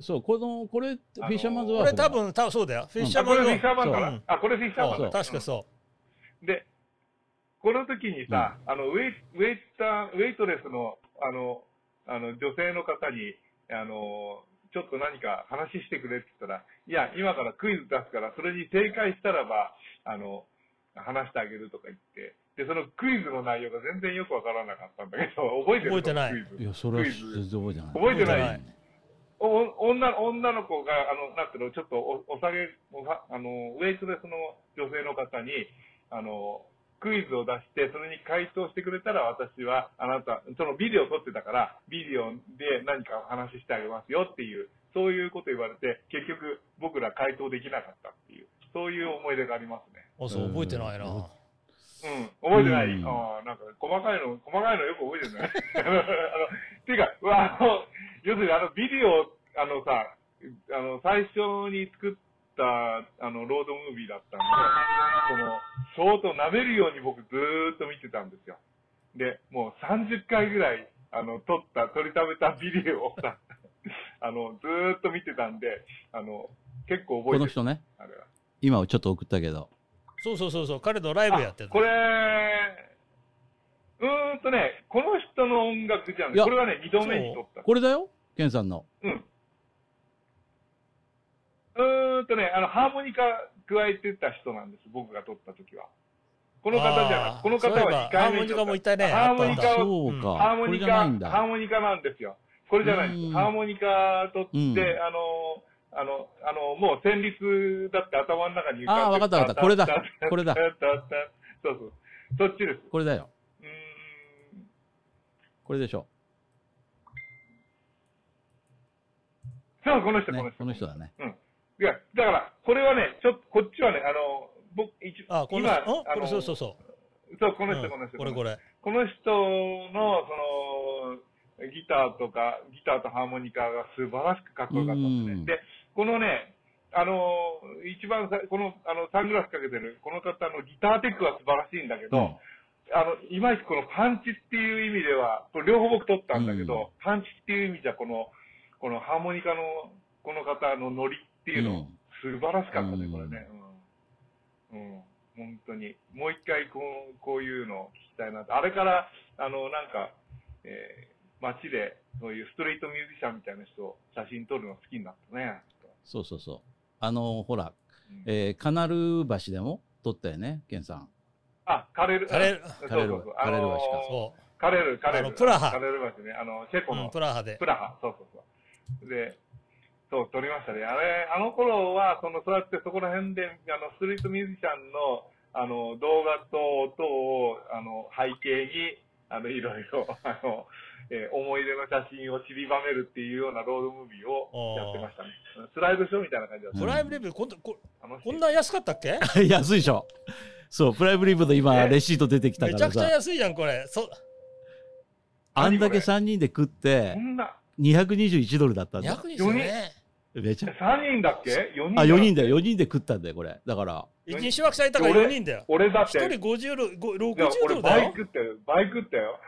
Speaker 1: そう、この、これ、フィッシャーマンズ
Speaker 2: こ
Speaker 1: ワー
Speaker 2: れ
Speaker 1: フ
Speaker 2: 多分多分そうだよフィッシャ
Speaker 3: あ、
Speaker 2: ー
Speaker 3: こ
Speaker 2: マ
Speaker 3: れ
Speaker 2: ン
Speaker 3: フ
Speaker 2: の
Speaker 3: ィッシャーマンか
Speaker 2: そ
Speaker 3: な
Speaker 2: う
Speaker 3: あ、これフィッシャーマン
Speaker 2: そ
Speaker 3: だ
Speaker 2: う。確かそ
Speaker 3: うんで、この時にさ、あの、ウェイ、ウェイター、ウェイトレスの、あの、あの、女性の方に、あのーちょっと何か話してくれって言ったら、いや、今からクイズ出すから、それに正解したらば、あの、話してあげるとか言って、で、そのクイズの内容が全然よくわからなかったんだけど、覚えてる
Speaker 2: 覚えてない
Speaker 3: そのク
Speaker 1: い
Speaker 3: イ
Speaker 1: や、
Speaker 3: ズ
Speaker 1: それは全然覚え
Speaker 3: クイズ
Speaker 1: てない。
Speaker 3: 覚
Speaker 2: 覚えて
Speaker 3: えてないお女女の子が、あの、なんていうの、ちょっとおお下げおさあの、ウェイトレスの女性の方に、あの、クイズを出して、それに回答してくれたら、私は、あなた、そのビデオを撮ってたから、ビデオで何かお話ししてあげますよっていう、そういうこと言われて、結局、僕ら回答できなかったっていう、そういう思い出がありますね。
Speaker 2: うあそう覚えてない
Speaker 1: うん
Speaker 2: な、
Speaker 3: うん、覚えてない、
Speaker 1: うん
Speaker 3: ああなんか細かいの、細かいのよく覚えてない。 あのっていうか、うわあの要するにあのビデオ、あのさ、あの最初に作ったあのロードムービーだったんで、その相当舐めるように僕、ずーっと見てたんですよ。で、もう30回ぐらいあの撮った、撮りためたビデオをさ あのずーっと見てたんで、あの結構
Speaker 1: こ
Speaker 3: 覚え
Speaker 1: の
Speaker 3: てる、
Speaker 1: 人ね、
Speaker 3: あれは。
Speaker 1: 今ちょっと送ったけど。
Speaker 2: そうそうそうそう彼のライブやって
Speaker 3: あ
Speaker 2: た
Speaker 3: これ、うーんとね、この人の音楽じゃん。
Speaker 1: いや
Speaker 3: これはね、二度目に撮った。
Speaker 1: これだよ、ケンさんの。
Speaker 3: うん。うーんとね、あの、ハーモニカ加えてた人なんです、僕が撮った時は。この方じゃな
Speaker 2: あー
Speaker 3: い。この方は2回目に撮
Speaker 2: そういえばハーモニカも
Speaker 3: った
Speaker 2: いたね
Speaker 3: ハーモニカを
Speaker 1: そうか、
Speaker 3: ハーモ
Speaker 1: これ
Speaker 3: ニ
Speaker 1: じ
Speaker 3: カ
Speaker 1: ゃないん、
Speaker 3: ハー
Speaker 1: だ。
Speaker 3: モニカなんですよ。これじゃないん
Speaker 1: う
Speaker 3: で
Speaker 1: ん
Speaker 3: す。ハーモニカ取って、
Speaker 1: うん
Speaker 3: あの、あの、あの、もう旋律だって頭の中に浮
Speaker 1: ああ、わかったわかった。これだ。これだ。
Speaker 3: そうそう。そっちです。
Speaker 1: これだよ。
Speaker 3: うーん。
Speaker 1: これでしょ
Speaker 3: そう、この人、
Speaker 1: う。
Speaker 3: こ
Speaker 1: ね
Speaker 3: の、人。
Speaker 1: この人だね。
Speaker 3: いや、だから、これはね、ちょっと、こっちはね、あの、僕、一
Speaker 2: あ、この
Speaker 3: 今、
Speaker 2: 人、
Speaker 3: あ
Speaker 2: んこ、
Speaker 3: の
Speaker 2: れ、そうそうそう。
Speaker 3: そうこの
Speaker 2: う
Speaker 3: 人、
Speaker 2: ん
Speaker 3: この人。
Speaker 2: これこれ。
Speaker 3: この人の、その、ギターとか、ギターとハーモニカが素晴らしくかっこよかったんです
Speaker 1: うん
Speaker 3: ね。で、このね、あの、一番さ、この、あの、サングラスかけてる、この方のギターテックは素晴らしいんだけど、あの、いまいちこのパンチっていう意味では、これ両方僕取ったんだけど、
Speaker 1: うん
Speaker 3: パンチっていう意味じゃ、この、このハーモニカの、この方のノリっていうの、
Speaker 1: うん
Speaker 3: 素晴らしかったね、
Speaker 1: うん
Speaker 3: これね。うん。うん。本当に。もう一回こう、こういうのを聞きたいなと。あれから、あの、なんか、えー街で、そういうストリートミュージシャンみたいな人を写真撮るの好きになったね。
Speaker 1: そうそうそう。あの、ほら、
Speaker 3: うん
Speaker 1: えーカナル橋でも撮ったよね、ケンさん。
Speaker 3: あ、カレル。
Speaker 2: カレル
Speaker 3: あそう
Speaker 1: カレル
Speaker 3: そうそう
Speaker 1: カレルはしか
Speaker 3: あのー
Speaker 2: そ
Speaker 3: カレル、カレ
Speaker 2: あ
Speaker 3: ル。
Speaker 2: のプラハ
Speaker 3: カレル橋ね。あの、チェコ
Speaker 2: う。う
Speaker 3: の、
Speaker 2: ん、プラハで
Speaker 3: プ。ラハ、そうそうそう。で、そう、撮りましたね。あれ、あの頃は、その、そうやってそこら辺で、あの、ストリートミュージシャンの、あの、動画と音を、あの、背景に、あの、いろいろ、 あの、えー思い出の写真を散りばめるっていうようなロードムービーをやってましたね。スライドショーみたいな感じだった。
Speaker 1: う
Speaker 2: プ
Speaker 1: ん
Speaker 2: ライムレビュー、こんなこ
Speaker 3: 楽しい
Speaker 2: こんな 安かったっ け
Speaker 1: 安いでしょ。そう、プライムリブで今、
Speaker 3: ね
Speaker 1: レシート出てきた
Speaker 2: め
Speaker 1: か
Speaker 2: ちゃ
Speaker 1: ら
Speaker 2: くちゃ
Speaker 1: さ、
Speaker 2: 安いじゃん、これ。そ
Speaker 1: あんだけ
Speaker 3: 何こ
Speaker 1: 3人で食っ
Speaker 3: れ
Speaker 1: て、
Speaker 3: こんな、
Speaker 1: 221ドルだったんだよ。
Speaker 2: 200ですよね。
Speaker 1: めちゃ
Speaker 3: 3人だっけ ?4 人
Speaker 1: あ、4人だよ。4人で食ったんだよ、これ。だから、
Speaker 2: 一日しわくされたから4人だよ。
Speaker 3: 俺だっ
Speaker 2: 一人
Speaker 3: て、
Speaker 2: 50ドル、ご60
Speaker 3: いや
Speaker 2: ド
Speaker 3: 俺
Speaker 2: ル
Speaker 3: バ
Speaker 2: だ
Speaker 3: イ
Speaker 2: よ。
Speaker 3: クって、バイクってよ。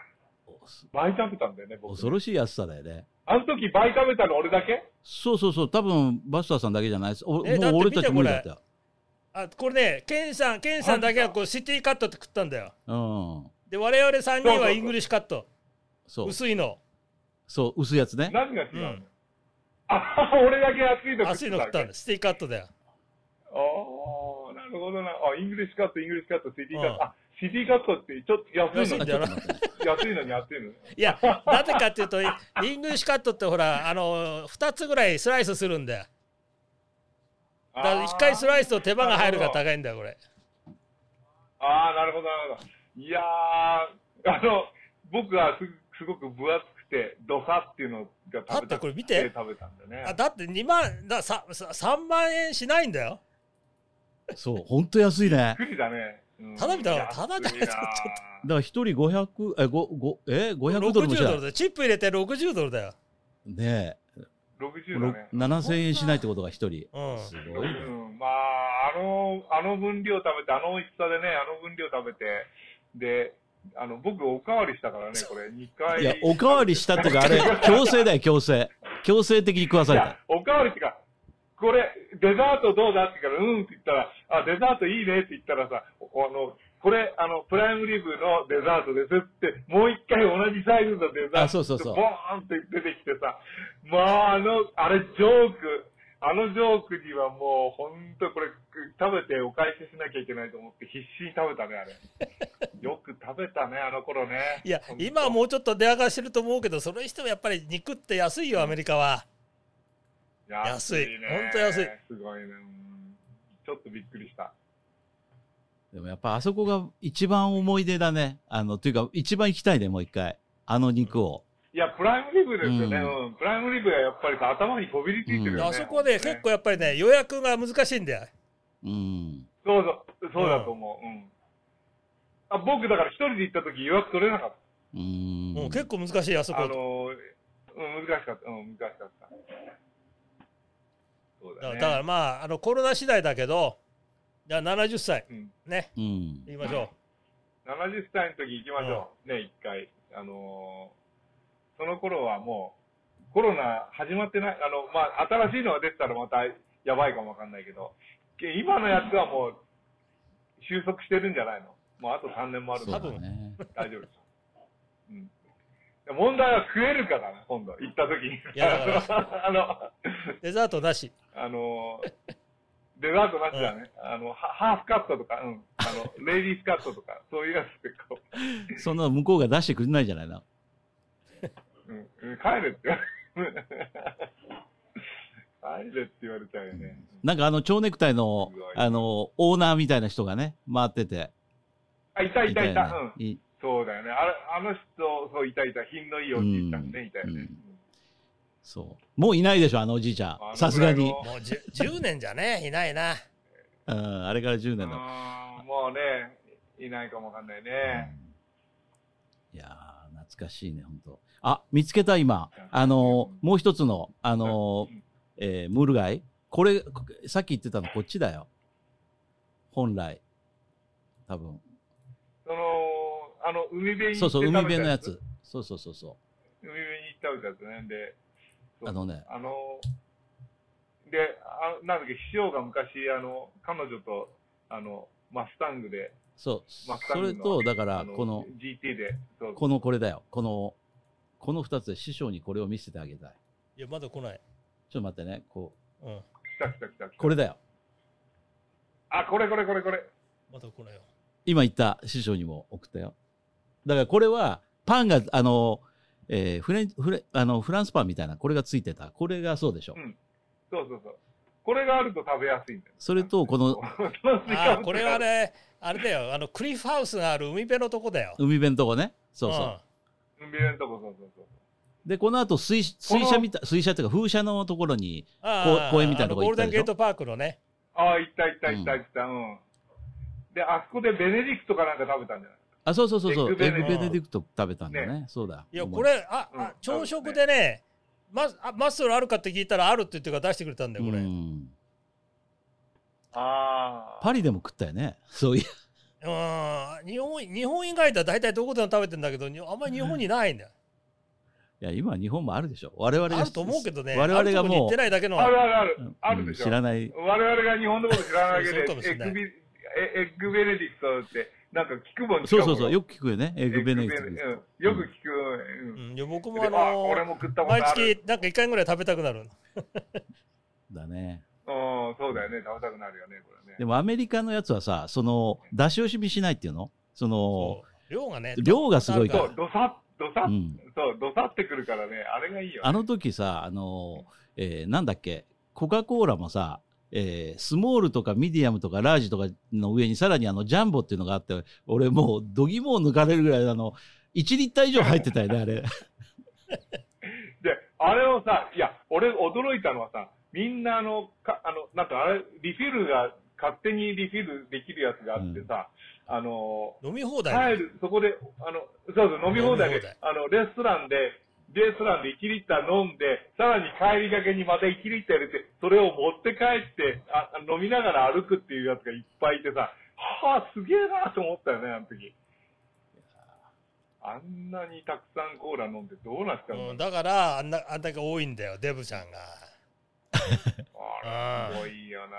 Speaker 3: バイ食べたんだよね、僕。
Speaker 1: 恐ろしい安さだよね。
Speaker 3: あの時バイ食べたの俺だけ
Speaker 1: そうそうそう、多分バスターさんだけじゃないです。お
Speaker 2: え
Speaker 1: も
Speaker 2: だって
Speaker 1: う俺たち無理だったよ。
Speaker 2: あ、これね、ケンさん、ケンさんだけはこうシティカットって食ったんだよ。
Speaker 1: うん。
Speaker 2: で、我々3人はイングリッシュカット。
Speaker 1: そう、
Speaker 2: 薄いの。
Speaker 1: そう、薄いやつね。
Speaker 3: 何が違うの、
Speaker 2: うん
Speaker 3: あ、俺だけ熱いの食
Speaker 2: 熱いの食ったん
Speaker 3: す。
Speaker 2: だ。シティカットだよ。
Speaker 3: ああ、なるほどな。あ、イングリッシュカット、イングリッシュカット、シティカット。
Speaker 2: うん
Speaker 3: あ、シティカットってちょっと安いの
Speaker 1: あ
Speaker 3: に
Speaker 1: ちょっと待ってね
Speaker 3: 安いのに熱いのに。
Speaker 2: いや、なぜかっていうと、イングリッシュカットってほら、あの、2つぐらいスライスするんだよ。だから1回スライスと手間が入るから高いんだよ、これ。
Speaker 3: あーあー、なるほど、なるほど。いやー、あの、僕はすすごく分厚くて、ドサっていうのが食べた
Speaker 2: だってこれ見て
Speaker 3: 食べたんだよね。
Speaker 2: あだって2万だささ3万円しないんだよ
Speaker 1: そう、ほんと安いね。
Speaker 3: びっくりだね。うん
Speaker 2: ただみたいなただじゃない
Speaker 3: 安いな
Speaker 2: ち
Speaker 1: だ
Speaker 2: ょ
Speaker 1: から一人500、え、ごごえ500ドルもし
Speaker 2: 60ド
Speaker 1: ない
Speaker 2: ル。でチップ入れて60ドルだよ、
Speaker 1: ねえ、
Speaker 3: 60だ
Speaker 1: ろ
Speaker 3: ね。
Speaker 1: 7000円しないってことが一人。
Speaker 2: うん、
Speaker 1: すごいね。
Speaker 3: うん、まあ、あの、あの分量食べて、あの美味しさでね、あの分量食べて、で、あの、僕おかわりしたからね、これ、2回。
Speaker 1: いや、おかわりしたっていうか、あ れ、強制だよ、強制。強制的に食わさ
Speaker 3: い
Speaker 1: れ
Speaker 3: や
Speaker 1: た。
Speaker 3: おかわりってか、これ、デザートどうだって言うから、うんって言ったら、あ、デザートいいねって言ったらさ、おあの、これ、あの、プライムリブのデザートですって、もう一回同じサイズのデザート
Speaker 1: あそうそうそう
Speaker 3: ボーンって出てきてさ、まあ、あの、あれ、ジョーク、あのジョークにはもう、ほんとこれ、食べてお返ししなきゃいけないと思って、必死に食べたね、あれ。 よく食べたね、あの頃ね。
Speaker 2: いや
Speaker 3: ほんと
Speaker 2: 今はもうちょっと出上がりしてると思うけどそれにしてもやっぱり肉って安いよアメリカは安い
Speaker 3: ね
Speaker 2: ほんと安い。
Speaker 3: すごいね。うんちょっとびっくりした。
Speaker 1: でもやっぱあそこが一番思い出だね。あの、というか、一番行きたいね、もう一回。あの肉を。
Speaker 3: いや、プライムリブですよね。
Speaker 1: う
Speaker 3: うんプライムリブはやっぱりさ頭にこびりついてるよ
Speaker 1: う
Speaker 3: ね。
Speaker 1: ん
Speaker 2: あそこはね結構やっぱりね予約が難しいんだよ
Speaker 1: うん。
Speaker 3: そうそう、そうだと思う。うん。あ僕、だから一人で行った時予約取れなかっ
Speaker 1: うーん。
Speaker 2: もう結構難しいあそ
Speaker 3: た。
Speaker 2: こ
Speaker 3: あのー、うん、難しかった。うん、難しかった。そう
Speaker 2: だ
Speaker 3: だ
Speaker 2: か
Speaker 3: ね。
Speaker 2: らだからまああのコロナ次第だけどじゃあ70歳
Speaker 3: うん、
Speaker 2: ね
Speaker 1: うん。
Speaker 2: 言いましょ
Speaker 3: 70歳の時行きましょう。ね、一回。あのーその頃はもう、コロナ始まってない、あの、まあ、新しいのが出てたらまたやばいかもわかんないけど、け今のやつはもう、収束してるんじゃないのもうあと3年もある
Speaker 1: そ
Speaker 3: か
Speaker 1: う
Speaker 3: ら
Speaker 1: だね。
Speaker 3: 大丈夫です。うん。問題は食えるかだな、今度、行った時に。
Speaker 2: いやだ
Speaker 3: あの、
Speaker 2: デザートなし。
Speaker 3: あの、デザートなしだね。あの、ハハーフカットとか、うん。あの、レイディースカットとか、そういうやつでこ
Speaker 1: そんな向こうが出してくれないじゃないな。
Speaker 3: う、うん、うん帰れって言われる。帰れって言われちゃうよね。
Speaker 1: なんかあの、蝶ネクタイの
Speaker 3: うわ、
Speaker 1: あの、オーナーみたいな人がね、回ってて。
Speaker 3: あ、いたいたいた。
Speaker 1: よ
Speaker 3: う
Speaker 1: ね
Speaker 3: ん。
Speaker 1: い
Speaker 3: そうだよね。あれあの人、そう、いたいた。品のいいおじいちゃんね、いたよ
Speaker 1: うん
Speaker 3: ね。
Speaker 1: そう。もういないでしょ、あのおじいちゃ
Speaker 3: あの
Speaker 1: ん。さすが
Speaker 3: ぐらい
Speaker 1: に。
Speaker 3: の
Speaker 2: もうじゅ 10, 年じゃね、いないな。
Speaker 1: うん、あれから10
Speaker 3: う
Speaker 1: 年
Speaker 3: ん
Speaker 1: だ。
Speaker 3: もうね、いないかもわかんないね。
Speaker 1: いやー、懐かしいね、本当。あ、見つけた、今。あのーもう一つの、あのー
Speaker 3: うん
Speaker 1: えームール貝。これ、こさっき言ってたの、こっちだよ。本来。多分。
Speaker 3: その、あの、海辺に
Speaker 1: そうそう、
Speaker 3: 行って
Speaker 1: 海
Speaker 3: 食
Speaker 1: 辺
Speaker 3: べた
Speaker 1: のやつ。そうそうそうそ
Speaker 3: 海辺に行ったみたいですね。で、
Speaker 1: う。あのね、
Speaker 3: あの、で、あなんだっけ、師匠が昔、あの、彼女と、あの、マスタングで、
Speaker 1: そう。
Speaker 3: マスタ
Speaker 1: そ
Speaker 3: ング
Speaker 1: れ
Speaker 3: の
Speaker 1: と、だか
Speaker 3: あ
Speaker 1: ら、この、
Speaker 3: GT で、そう、
Speaker 1: このこれだよ。この、この二つで師匠にこれを見せてあげたい。
Speaker 2: いや、まだ来ない。
Speaker 1: ちょっと待ってね。こう、
Speaker 2: うん。
Speaker 3: 来た来た来た来た。
Speaker 1: これだよ。
Speaker 3: あ、これこれこれこれ。
Speaker 2: まだ来ないよ。
Speaker 1: 今言った師匠にも送ったよ。だからこれは、パンが、あの、えーフレンフレあのフランスパンみたいな、これがついてた。これがそうでしょ。
Speaker 3: うんそうそうそう。これがあると食べやすいんだよ。
Speaker 1: それとこの
Speaker 2: あーこれは、ね、あれだよ、あの、クリフハウスがある海辺のとこだよ。
Speaker 1: 海辺のとこね。そうそう。
Speaker 3: 海辺のとこ、そうそうそう。
Speaker 1: で、この後水、水車みたい、水車っていうか風車のところに、
Speaker 2: うん。あー
Speaker 1: こう公園みたいなとこ
Speaker 2: あのゴ
Speaker 1: 行っ
Speaker 2: ールデ
Speaker 1: た
Speaker 2: ン
Speaker 1: でし
Speaker 2: ゲ
Speaker 1: ょ
Speaker 2: ートパークのね。
Speaker 3: ああ、行った行った行った行った、うん。で、あそこでベネディクトかなんか食べたんじゃない
Speaker 1: あ、そうそうそうそう、エ
Speaker 3: エ
Speaker 1: ッ
Speaker 3: ッ
Speaker 1: グ
Speaker 3: グ
Speaker 1: ベ
Speaker 3: ベ
Speaker 2: ネ
Speaker 1: ネディクト食べたんだね。そうだ。
Speaker 2: いや、
Speaker 1: 思
Speaker 2: これ、あ、
Speaker 3: うん
Speaker 2: あ朝食でね、マスあマッスルあるかって聞いたらあるって言ってから出してくれたんだよ、これ。
Speaker 1: う
Speaker 2: うん。
Speaker 1: ん
Speaker 3: ああ。
Speaker 1: パリでも食ったよね。そういう。
Speaker 2: 日本日本以外では大体どこでも食べてんだけど、にあんまり日本にないんだよ。
Speaker 1: いや、今日本もあるでしょ。我々が。
Speaker 2: あると思うけどね、
Speaker 1: 我々が
Speaker 2: あるとこに行
Speaker 1: も
Speaker 2: ってないだけの。
Speaker 3: あるあるある
Speaker 1: う、。
Speaker 3: あるでしょ。
Speaker 1: うん知らない。
Speaker 3: 我々が日本のこと知らないだけ
Speaker 2: そうそうかもし
Speaker 3: で、エ
Speaker 2: れ
Speaker 3: ッ
Speaker 2: ない
Speaker 3: グビえエッグベネディクトって、なんか聞くもん
Speaker 1: そうそうそう、
Speaker 3: よ
Speaker 1: よく聞くよね。エッグベネディクト。
Speaker 3: うん、よく聞く。
Speaker 2: う
Speaker 3: うん
Speaker 2: ん、いや僕
Speaker 3: で
Speaker 2: もあ
Speaker 3: あ
Speaker 2: の
Speaker 3: 俺も食ったこと
Speaker 2: 毎
Speaker 3: ある。
Speaker 2: 月なんか1回ぐらい食べたくなる。
Speaker 1: だね。
Speaker 3: うん、そうだよね。食べたくなるよね、これね。
Speaker 1: でもアメリカのやつはさ、その、出し惜しみしないっていうのその、
Speaker 2: そう量がね、
Speaker 1: 量がすごいか
Speaker 3: そ
Speaker 1: ら
Speaker 3: う、。どさっ、どさ
Speaker 1: う
Speaker 3: っ、
Speaker 1: ん。
Speaker 3: そう、どさってくるからね、あれがいいよね。
Speaker 1: あの時さ、あの、えーなんだっけ、コカ・コーラもさ、えースモールとかミディアムとかラージとかの上にさらにあのジャンボっていうのがあって、俺もう度肝を抜かれるぐらいあの、1リッター以上入ってたよね、あれ。
Speaker 3: で、あれをさ、いや、俺驚いたのはさ、みんなあの、かあの、なんかあれ、リフィルが、勝手にリフィルできるやつがあってさ、あの、
Speaker 2: 飲み放題。
Speaker 3: 帰る、そこで、あの、そうそう、飲み放題
Speaker 2: 飲み
Speaker 3: で
Speaker 2: 放題、
Speaker 3: あの、レストランで、レストランで1リッター飲んで、さらに帰りがけにまた1リッター入れて、それを持って帰って、あ飲みながら歩くっていうやつがいっぱいいてさ、はあ、すげえなと思ったよね、あの時。あんなにたくさんコーラ飲んでどうなっちゃ
Speaker 2: う
Speaker 3: うん
Speaker 2: ん、
Speaker 3: だろう。
Speaker 2: だからあんなあんだけ多いんだよ、デブちゃんが。
Speaker 3: あら、すごいよな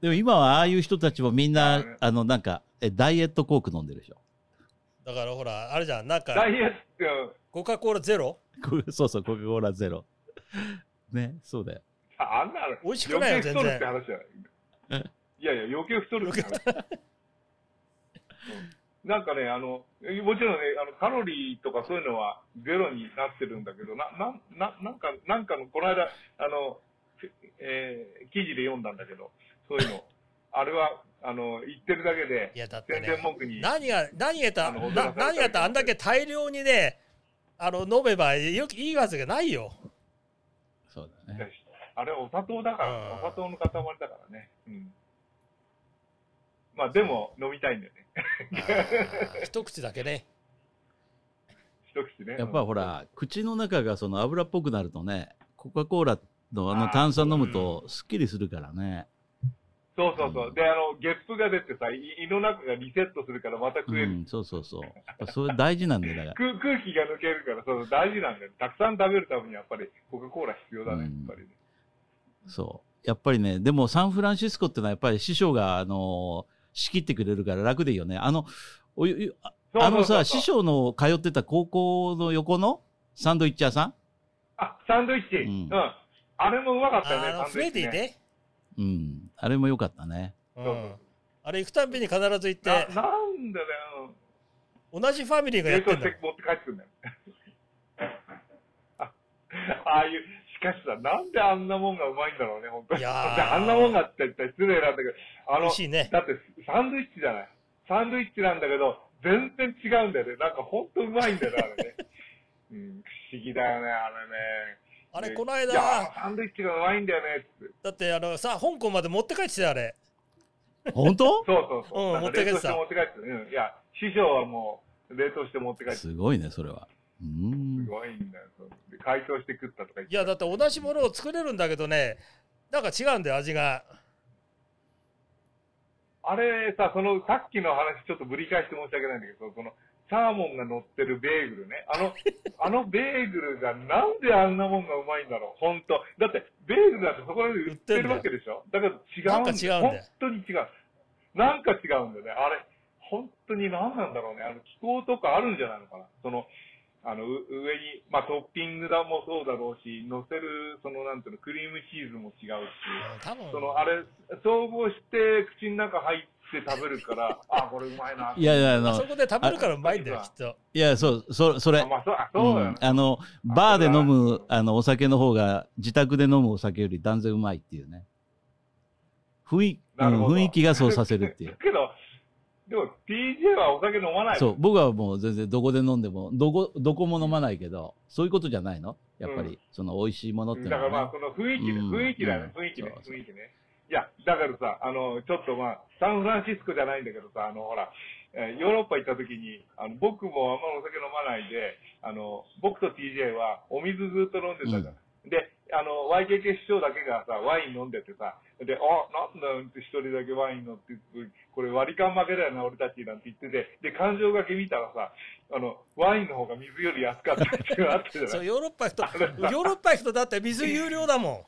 Speaker 1: でも今はああいう人たちもみんな
Speaker 3: あれ、
Speaker 1: あの、なんか、えダイエットコーク飲んでるでしょ。
Speaker 2: だからほら、あれじゃん、なん
Speaker 3: ダ
Speaker 2: か
Speaker 3: イエット、
Speaker 2: コカ・コーラゼロ
Speaker 1: こうそうそう、コカ・コーラゼロ。 ね、そうだよ。
Speaker 3: ああんなの
Speaker 2: 美味しくないよ
Speaker 3: 余計太るって話だよ
Speaker 1: 全然
Speaker 3: いやいや、余計太るって話。うんなんかね、あの、えもちろんね、あの、カロリーとかそういうのはゼロになってるんだけど、な、な、な、なんか、なんかの、この間、あの、えー記事で読んだんだけど、そういうの。あれは、あの、言ってるだけで
Speaker 2: い、やだって
Speaker 3: 全
Speaker 2: ね、
Speaker 3: 然文句に。
Speaker 2: 何が、何やった
Speaker 3: あの
Speaker 2: な何やったらあんだけ大量にね、あの飲めばよくいいわけがない よ。
Speaker 1: そうだね。
Speaker 3: あれはお砂糖だか
Speaker 2: う
Speaker 3: ら、
Speaker 2: ん
Speaker 3: お砂糖の塊だからね。うん。まあ、でも、飲みたいんだよね。
Speaker 2: あー一口だけね。
Speaker 3: 一口ね。
Speaker 1: やっぱほ
Speaker 3: うん、
Speaker 1: ら、口の中がその油っぽくなるとね、コカ・コーラのあの炭酸飲むとすっきりするからね。
Speaker 3: そうそうそう。で、あの、ゲップが出てさ、い胃の中がリセットするからまた
Speaker 1: う
Speaker 3: 食える。
Speaker 1: ん、そうそうそう。やっぱそれ大事なんだよ、だか
Speaker 3: 空空気が抜けるから、そうそう大事なんだよ。たくさん食べるためにやっぱりコカ・コーラ必要だね、
Speaker 1: う
Speaker 3: や
Speaker 1: ん
Speaker 3: っぱりね。
Speaker 1: ら。そう。やっぱりね、でもサンフランシスコってのはやっぱり師匠が、あの、仕切ってくれるから楽でいいよね。あの、お湯、あ
Speaker 3: そう
Speaker 1: あ
Speaker 3: そ
Speaker 1: の
Speaker 3: うそう
Speaker 1: さ、師匠の通ってた高校の横のサンドイッチ屋さ
Speaker 3: あ、サンドイッチ。
Speaker 1: う
Speaker 3: うんん。あれもうまかったよね、
Speaker 2: あ
Speaker 3: サ
Speaker 2: の
Speaker 3: ン
Speaker 2: フ
Speaker 3: ドイ
Speaker 2: レ
Speaker 3: ッチ、
Speaker 2: ディ
Speaker 3: ね。
Speaker 2: ね。
Speaker 1: んうん。あれも良かったね。
Speaker 2: う。
Speaker 3: そうそうん
Speaker 2: あれ行くたんびに必ず行っ
Speaker 3: な
Speaker 2: て、
Speaker 3: なんだよ。
Speaker 2: 同じファミリーがや
Speaker 3: 冷
Speaker 2: って
Speaker 3: 凍
Speaker 2: ん
Speaker 3: し
Speaker 2: だ
Speaker 3: て。持って帰ってくんだよ。 あああいう、しかしさ、なんであんなもんがうまいんだろうね、本当に。
Speaker 2: いやー
Speaker 3: だってあんなもんがって言ったら失礼なんだけど、あ
Speaker 2: 美
Speaker 3: の、
Speaker 2: 味しいね。
Speaker 3: だってサンドイッチじゃない。サンドイッチなんだけど、全然違うんだよね。なんか本当うまいんだよね、あ れね。うん、不思議だよね、あれね。
Speaker 2: あれ、
Speaker 3: ね
Speaker 2: この
Speaker 3: い
Speaker 2: 間、
Speaker 3: やー、サンドイッチがうまいんだよね、つって。
Speaker 2: だって、あの、さ、香港まで持って帰ってたよ、あれ。
Speaker 1: 本当
Speaker 3: そうそうそう。
Speaker 2: うん
Speaker 3: なんか冷凍して
Speaker 2: 持
Speaker 3: 持って帰ってた。うん。いや、師匠はもう、冷凍して持って帰ってた。
Speaker 1: すごいね、それは。う
Speaker 3: す
Speaker 1: ん。
Speaker 3: ごいんだよ。そうで解凍して食ったとか言っ
Speaker 2: い
Speaker 3: て。
Speaker 2: や、だって同じものを作れるんだけどね、なんか違うんだよ、味が。
Speaker 3: あれさ、その、さっきの話ちょっとぶり返して申し訳ないんだけど、その、サーモンが乗ってるベーグルね。 あの、あのベーグルがなんであんなもんがうまいんだろう、ほんと。だって、ベーグルだってそこで売ってるわけでしょだけど違うんだ
Speaker 2: な
Speaker 3: よ。
Speaker 2: んか違うんだよ
Speaker 3: 本当に違う。なんか違うんだよね。あれ、本当に何なんだろうね。あの、気候とかあるんじゃないのかな。その、あの、う上に、まあ、トッピングだもそうだろうし、乗せる、その、なんていうの、クリームチーズも違うし。
Speaker 2: 多分
Speaker 3: そのあれ、総合して口の中入って食べるから、あ、これうまいな。
Speaker 1: いやいや、あ
Speaker 2: あ
Speaker 1: の
Speaker 2: そ、こで食べるからうまいんだよ、
Speaker 3: あ
Speaker 2: きっと。
Speaker 1: いや、そう、そそれ
Speaker 3: あ、。まあ、そうあ
Speaker 1: う
Speaker 3: そうだよね
Speaker 1: ん、。あの、バーで飲む、あの、お酒の方が、自宅で飲むお酒より断然うまいっていうね。雰囲,、う
Speaker 3: なる
Speaker 1: ん、
Speaker 3: ほど
Speaker 1: 雰囲気がそうさせるっていう
Speaker 3: だ。 けど、でも PJ はお酒飲まない。
Speaker 1: そう、僕はもう全然どこで飲んでも、どこ、どこも飲まないけど、そういうことじゃないのやっぱり、
Speaker 3: う
Speaker 1: その美味しいものっていう
Speaker 3: だ
Speaker 1: の
Speaker 3: からまあ
Speaker 1: は、
Speaker 3: その雰囲気で、
Speaker 1: うん
Speaker 3: 雰囲気だよね、
Speaker 1: うん
Speaker 3: 雰囲気ね
Speaker 1: そう、そう
Speaker 3: 雰囲気ね。いや、だからさ、あの、ちょっとまあ、サンフランシスコじゃないんだけどさ、あの、ほら、えーヨーロッパ行った時に、あの、僕もあんまお酒飲まないで、あの、僕と TJ はお水ずっと飲んでたじゃん。で、あの、YKK 師匠だけがさ、ワイン飲んでてさ、で、あ、なんだよって一人だけワイン飲って、これ割り勘負けだよな、俺たちなんて言ってて、で、感情がけ見たらさ、あの、ワインの方が水より安かったっていうのがあったじゃない
Speaker 2: そう、ヨーロッパ行くと、ヨーロッパ行くとだって水有料だも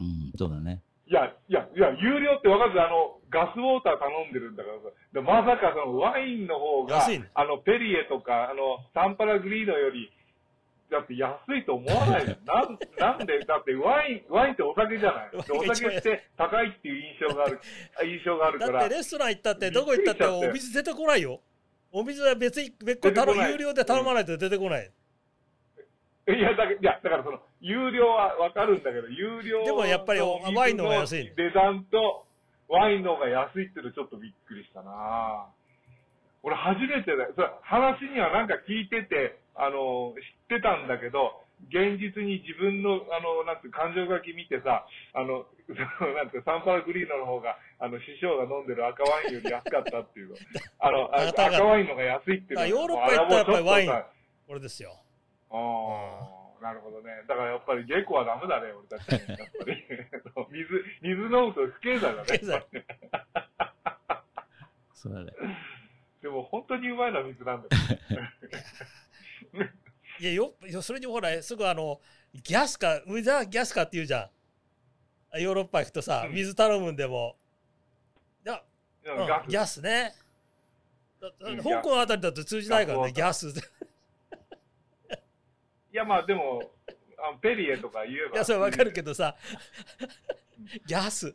Speaker 1: うん、そうだね。
Speaker 3: いや、いや、いや、有料って分かるあの、ガスウォーター頼んでるんだからさ。でまさかそのワインの方が、
Speaker 2: 安いね
Speaker 3: あの、ペリエとか、あの、サンパラグリードより、だって安いと思わないじ ゃん。なん、なんで、だってワイン、ワインってお酒じゃない。でお 酒って高いっていう印象がある、印象があ
Speaker 2: ん。
Speaker 3: る
Speaker 2: だ
Speaker 3: か
Speaker 2: っ
Speaker 3: ら
Speaker 2: て。レストラン行ったって、どこ行ったって
Speaker 3: びっくりしちゃって
Speaker 2: お水出てこないよ。お水は別に別個頼
Speaker 3: 出てこない
Speaker 2: 有料で頼まないと出てこない。
Speaker 3: いや、だけいやだからその、有料は分かるんだけど、有料
Speaker 2: でもやっぱりお
Speaker 3: と
Speaker 2: ワインの方が安いね
Speaker 3: 値段と、ワインの方が安いってのちょっとびっくりしたな俺初めてだよ。それ話にはなんか聞いてて、あの、知ってたんだけど、現実に自分の、あの、なんていう感情書き見てさ、あの、 そのなんていうサンパラグリーノの方が、あの、師匠が飲んでる赤ワインより安かったっ ていうの。あの、あ
Speaker 2: わかった
Speaker 3: 赤ワインの方が安いって
Speaker 2: だ
Speaker 3: いうの
Speaker 2: からヨーロッパ行ったらやっぱりワイン
Speaker 3: あれはもうちょとさ
Speaker 2: これですよ。
Speaker 3: ああ、なるほどね。だからやっぱり下戸はダメだね、俺たちね。やっぱり 水、水飲むと不経済だ
Speaker 2: 経済
Speaker 3: ね。
Speaker 1: それあれ。
Speaker 3: でも本当にうまいのは水なんだよ。
Speaker 2: いやよ、よそれにほら、すぐあの、ギャスか、ウィザーギャスかって言うじゃん。ヨーロッパ行くとさ、
Speaker 3: うん
Speaker 2: 水頼むんでも。いや、
Speaker 3: うん
Speaker 2: うん
Speaker 3: ガス
Speaker 2: ギャスね。だだ
Speaker 3: うん
Speaker 2: 香港あたりだと通じないからね、ギ
Speaker 3: ギ
Speaker 2: ャス。い
Speaker 3: いや、まあでも、あのペリエとか言 えば。
Speaker 2: や、それわかるけどさ、ギャス。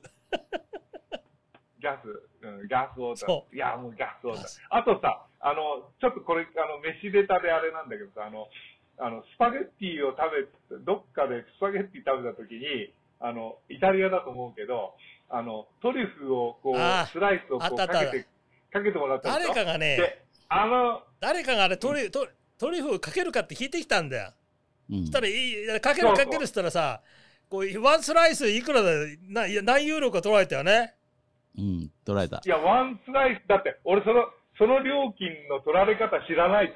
Speaker 3: ギャス、うん、ギャスオーダ
Speaker 2: そ
Speaker 3: ー。いや、もうギャスオーダ
Speaker 2: ガ
Speaker 3: ー
Speaker 2: ス。
Speaker 3: あとさ、あの、ちょっとこれ、あの、飯ネタであれなんだけどさ、あの、あの、スパゲッティを食べ、どっかでスパゲッティ食べた時に、あの、イタリアだと思うけど、あの、トリュフをこう
Speaker 2: あー、
Speaker 3: スライスをこ
Speaker 2: あっ
Speaker 3: う
Speaker 2: たあ
Speaker 3: か
Speaker 2: った
Speaker 3: けて、かけてもらった
Speaker 2: 誰
Speaker 3: でしょ
Speaker 2: かがね、
Speaker 3: で、あの、
Speaker 2: 誰かがあれトリュトリトリュフかけるかって聞いてきたんだよ。
Speaker 1: うん
Speaker 2: そし。たらいい、かける
Speaker 3: そうそ
Speaker 2: か
Speaker 3: う
Speaker 2: けるっつったらさ、こう、ワンスライスいくらだよな、いや何ユーロか取られたよね。
Speaker 1: うん、捉えた
Speaker 3: い。や、ワンスライス、だって、俺その、その料金の取られ方知らない。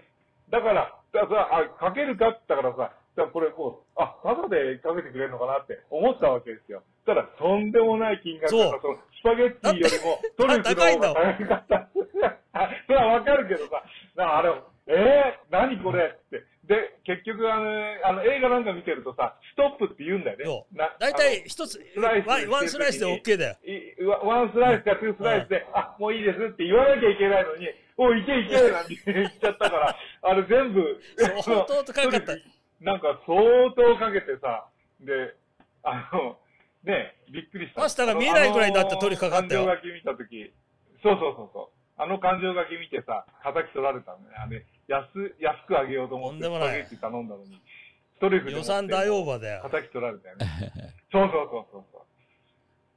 Speaker 3: だから、だからあかけるかって言ったからさ、だからこれもう、あ、ただでかけてくれるのかなって思ったわけですよ。ただ、とんでもない金額
Speaker 2: そう
Speaker 3: だそのスパゲッティよりも、トリュフの方が高かった。 あそれはわかるけどさ、なんかあれ、えー、何これって。で、結局あの、あの映画なんか見てるとさ、ストップって言うんだよね。
Speaker 2: よ
Speaker 3: な
Speaker 2: 大体一つ
Speaker 3: スライス
Speaker 2: ワン、ワンスライスで OK だよ。
Speaker 3: いワワンスライスかツースライスで、あ、もういいですって言わなきゃいけないのに、おい、行け行けなんて言っちゃっ たから、あれ全部、
Speaker 2: 相当高かった。
Speaker 3: なんか相当かけてさ、で、あの、ね、びっくりした。
Speaker 2: マスターが見えないぐらいになって取り掛かったよ
Speaker 3: あの感情書き見たとき、そうそうそうそう。あの感情書き見てさ、叩き取られたのね。あれ、安、安くあげようと思って、
Speaker 2: とんでもない
Speaker 3: スパゲッティ頼んだのに、ストリュフで持
Speaker 2: 予
Speaker 3: って
Speaker 2: 算大オーバーだよ。
Speaker 3: 叩き取られたよね。そうそうそうそうそ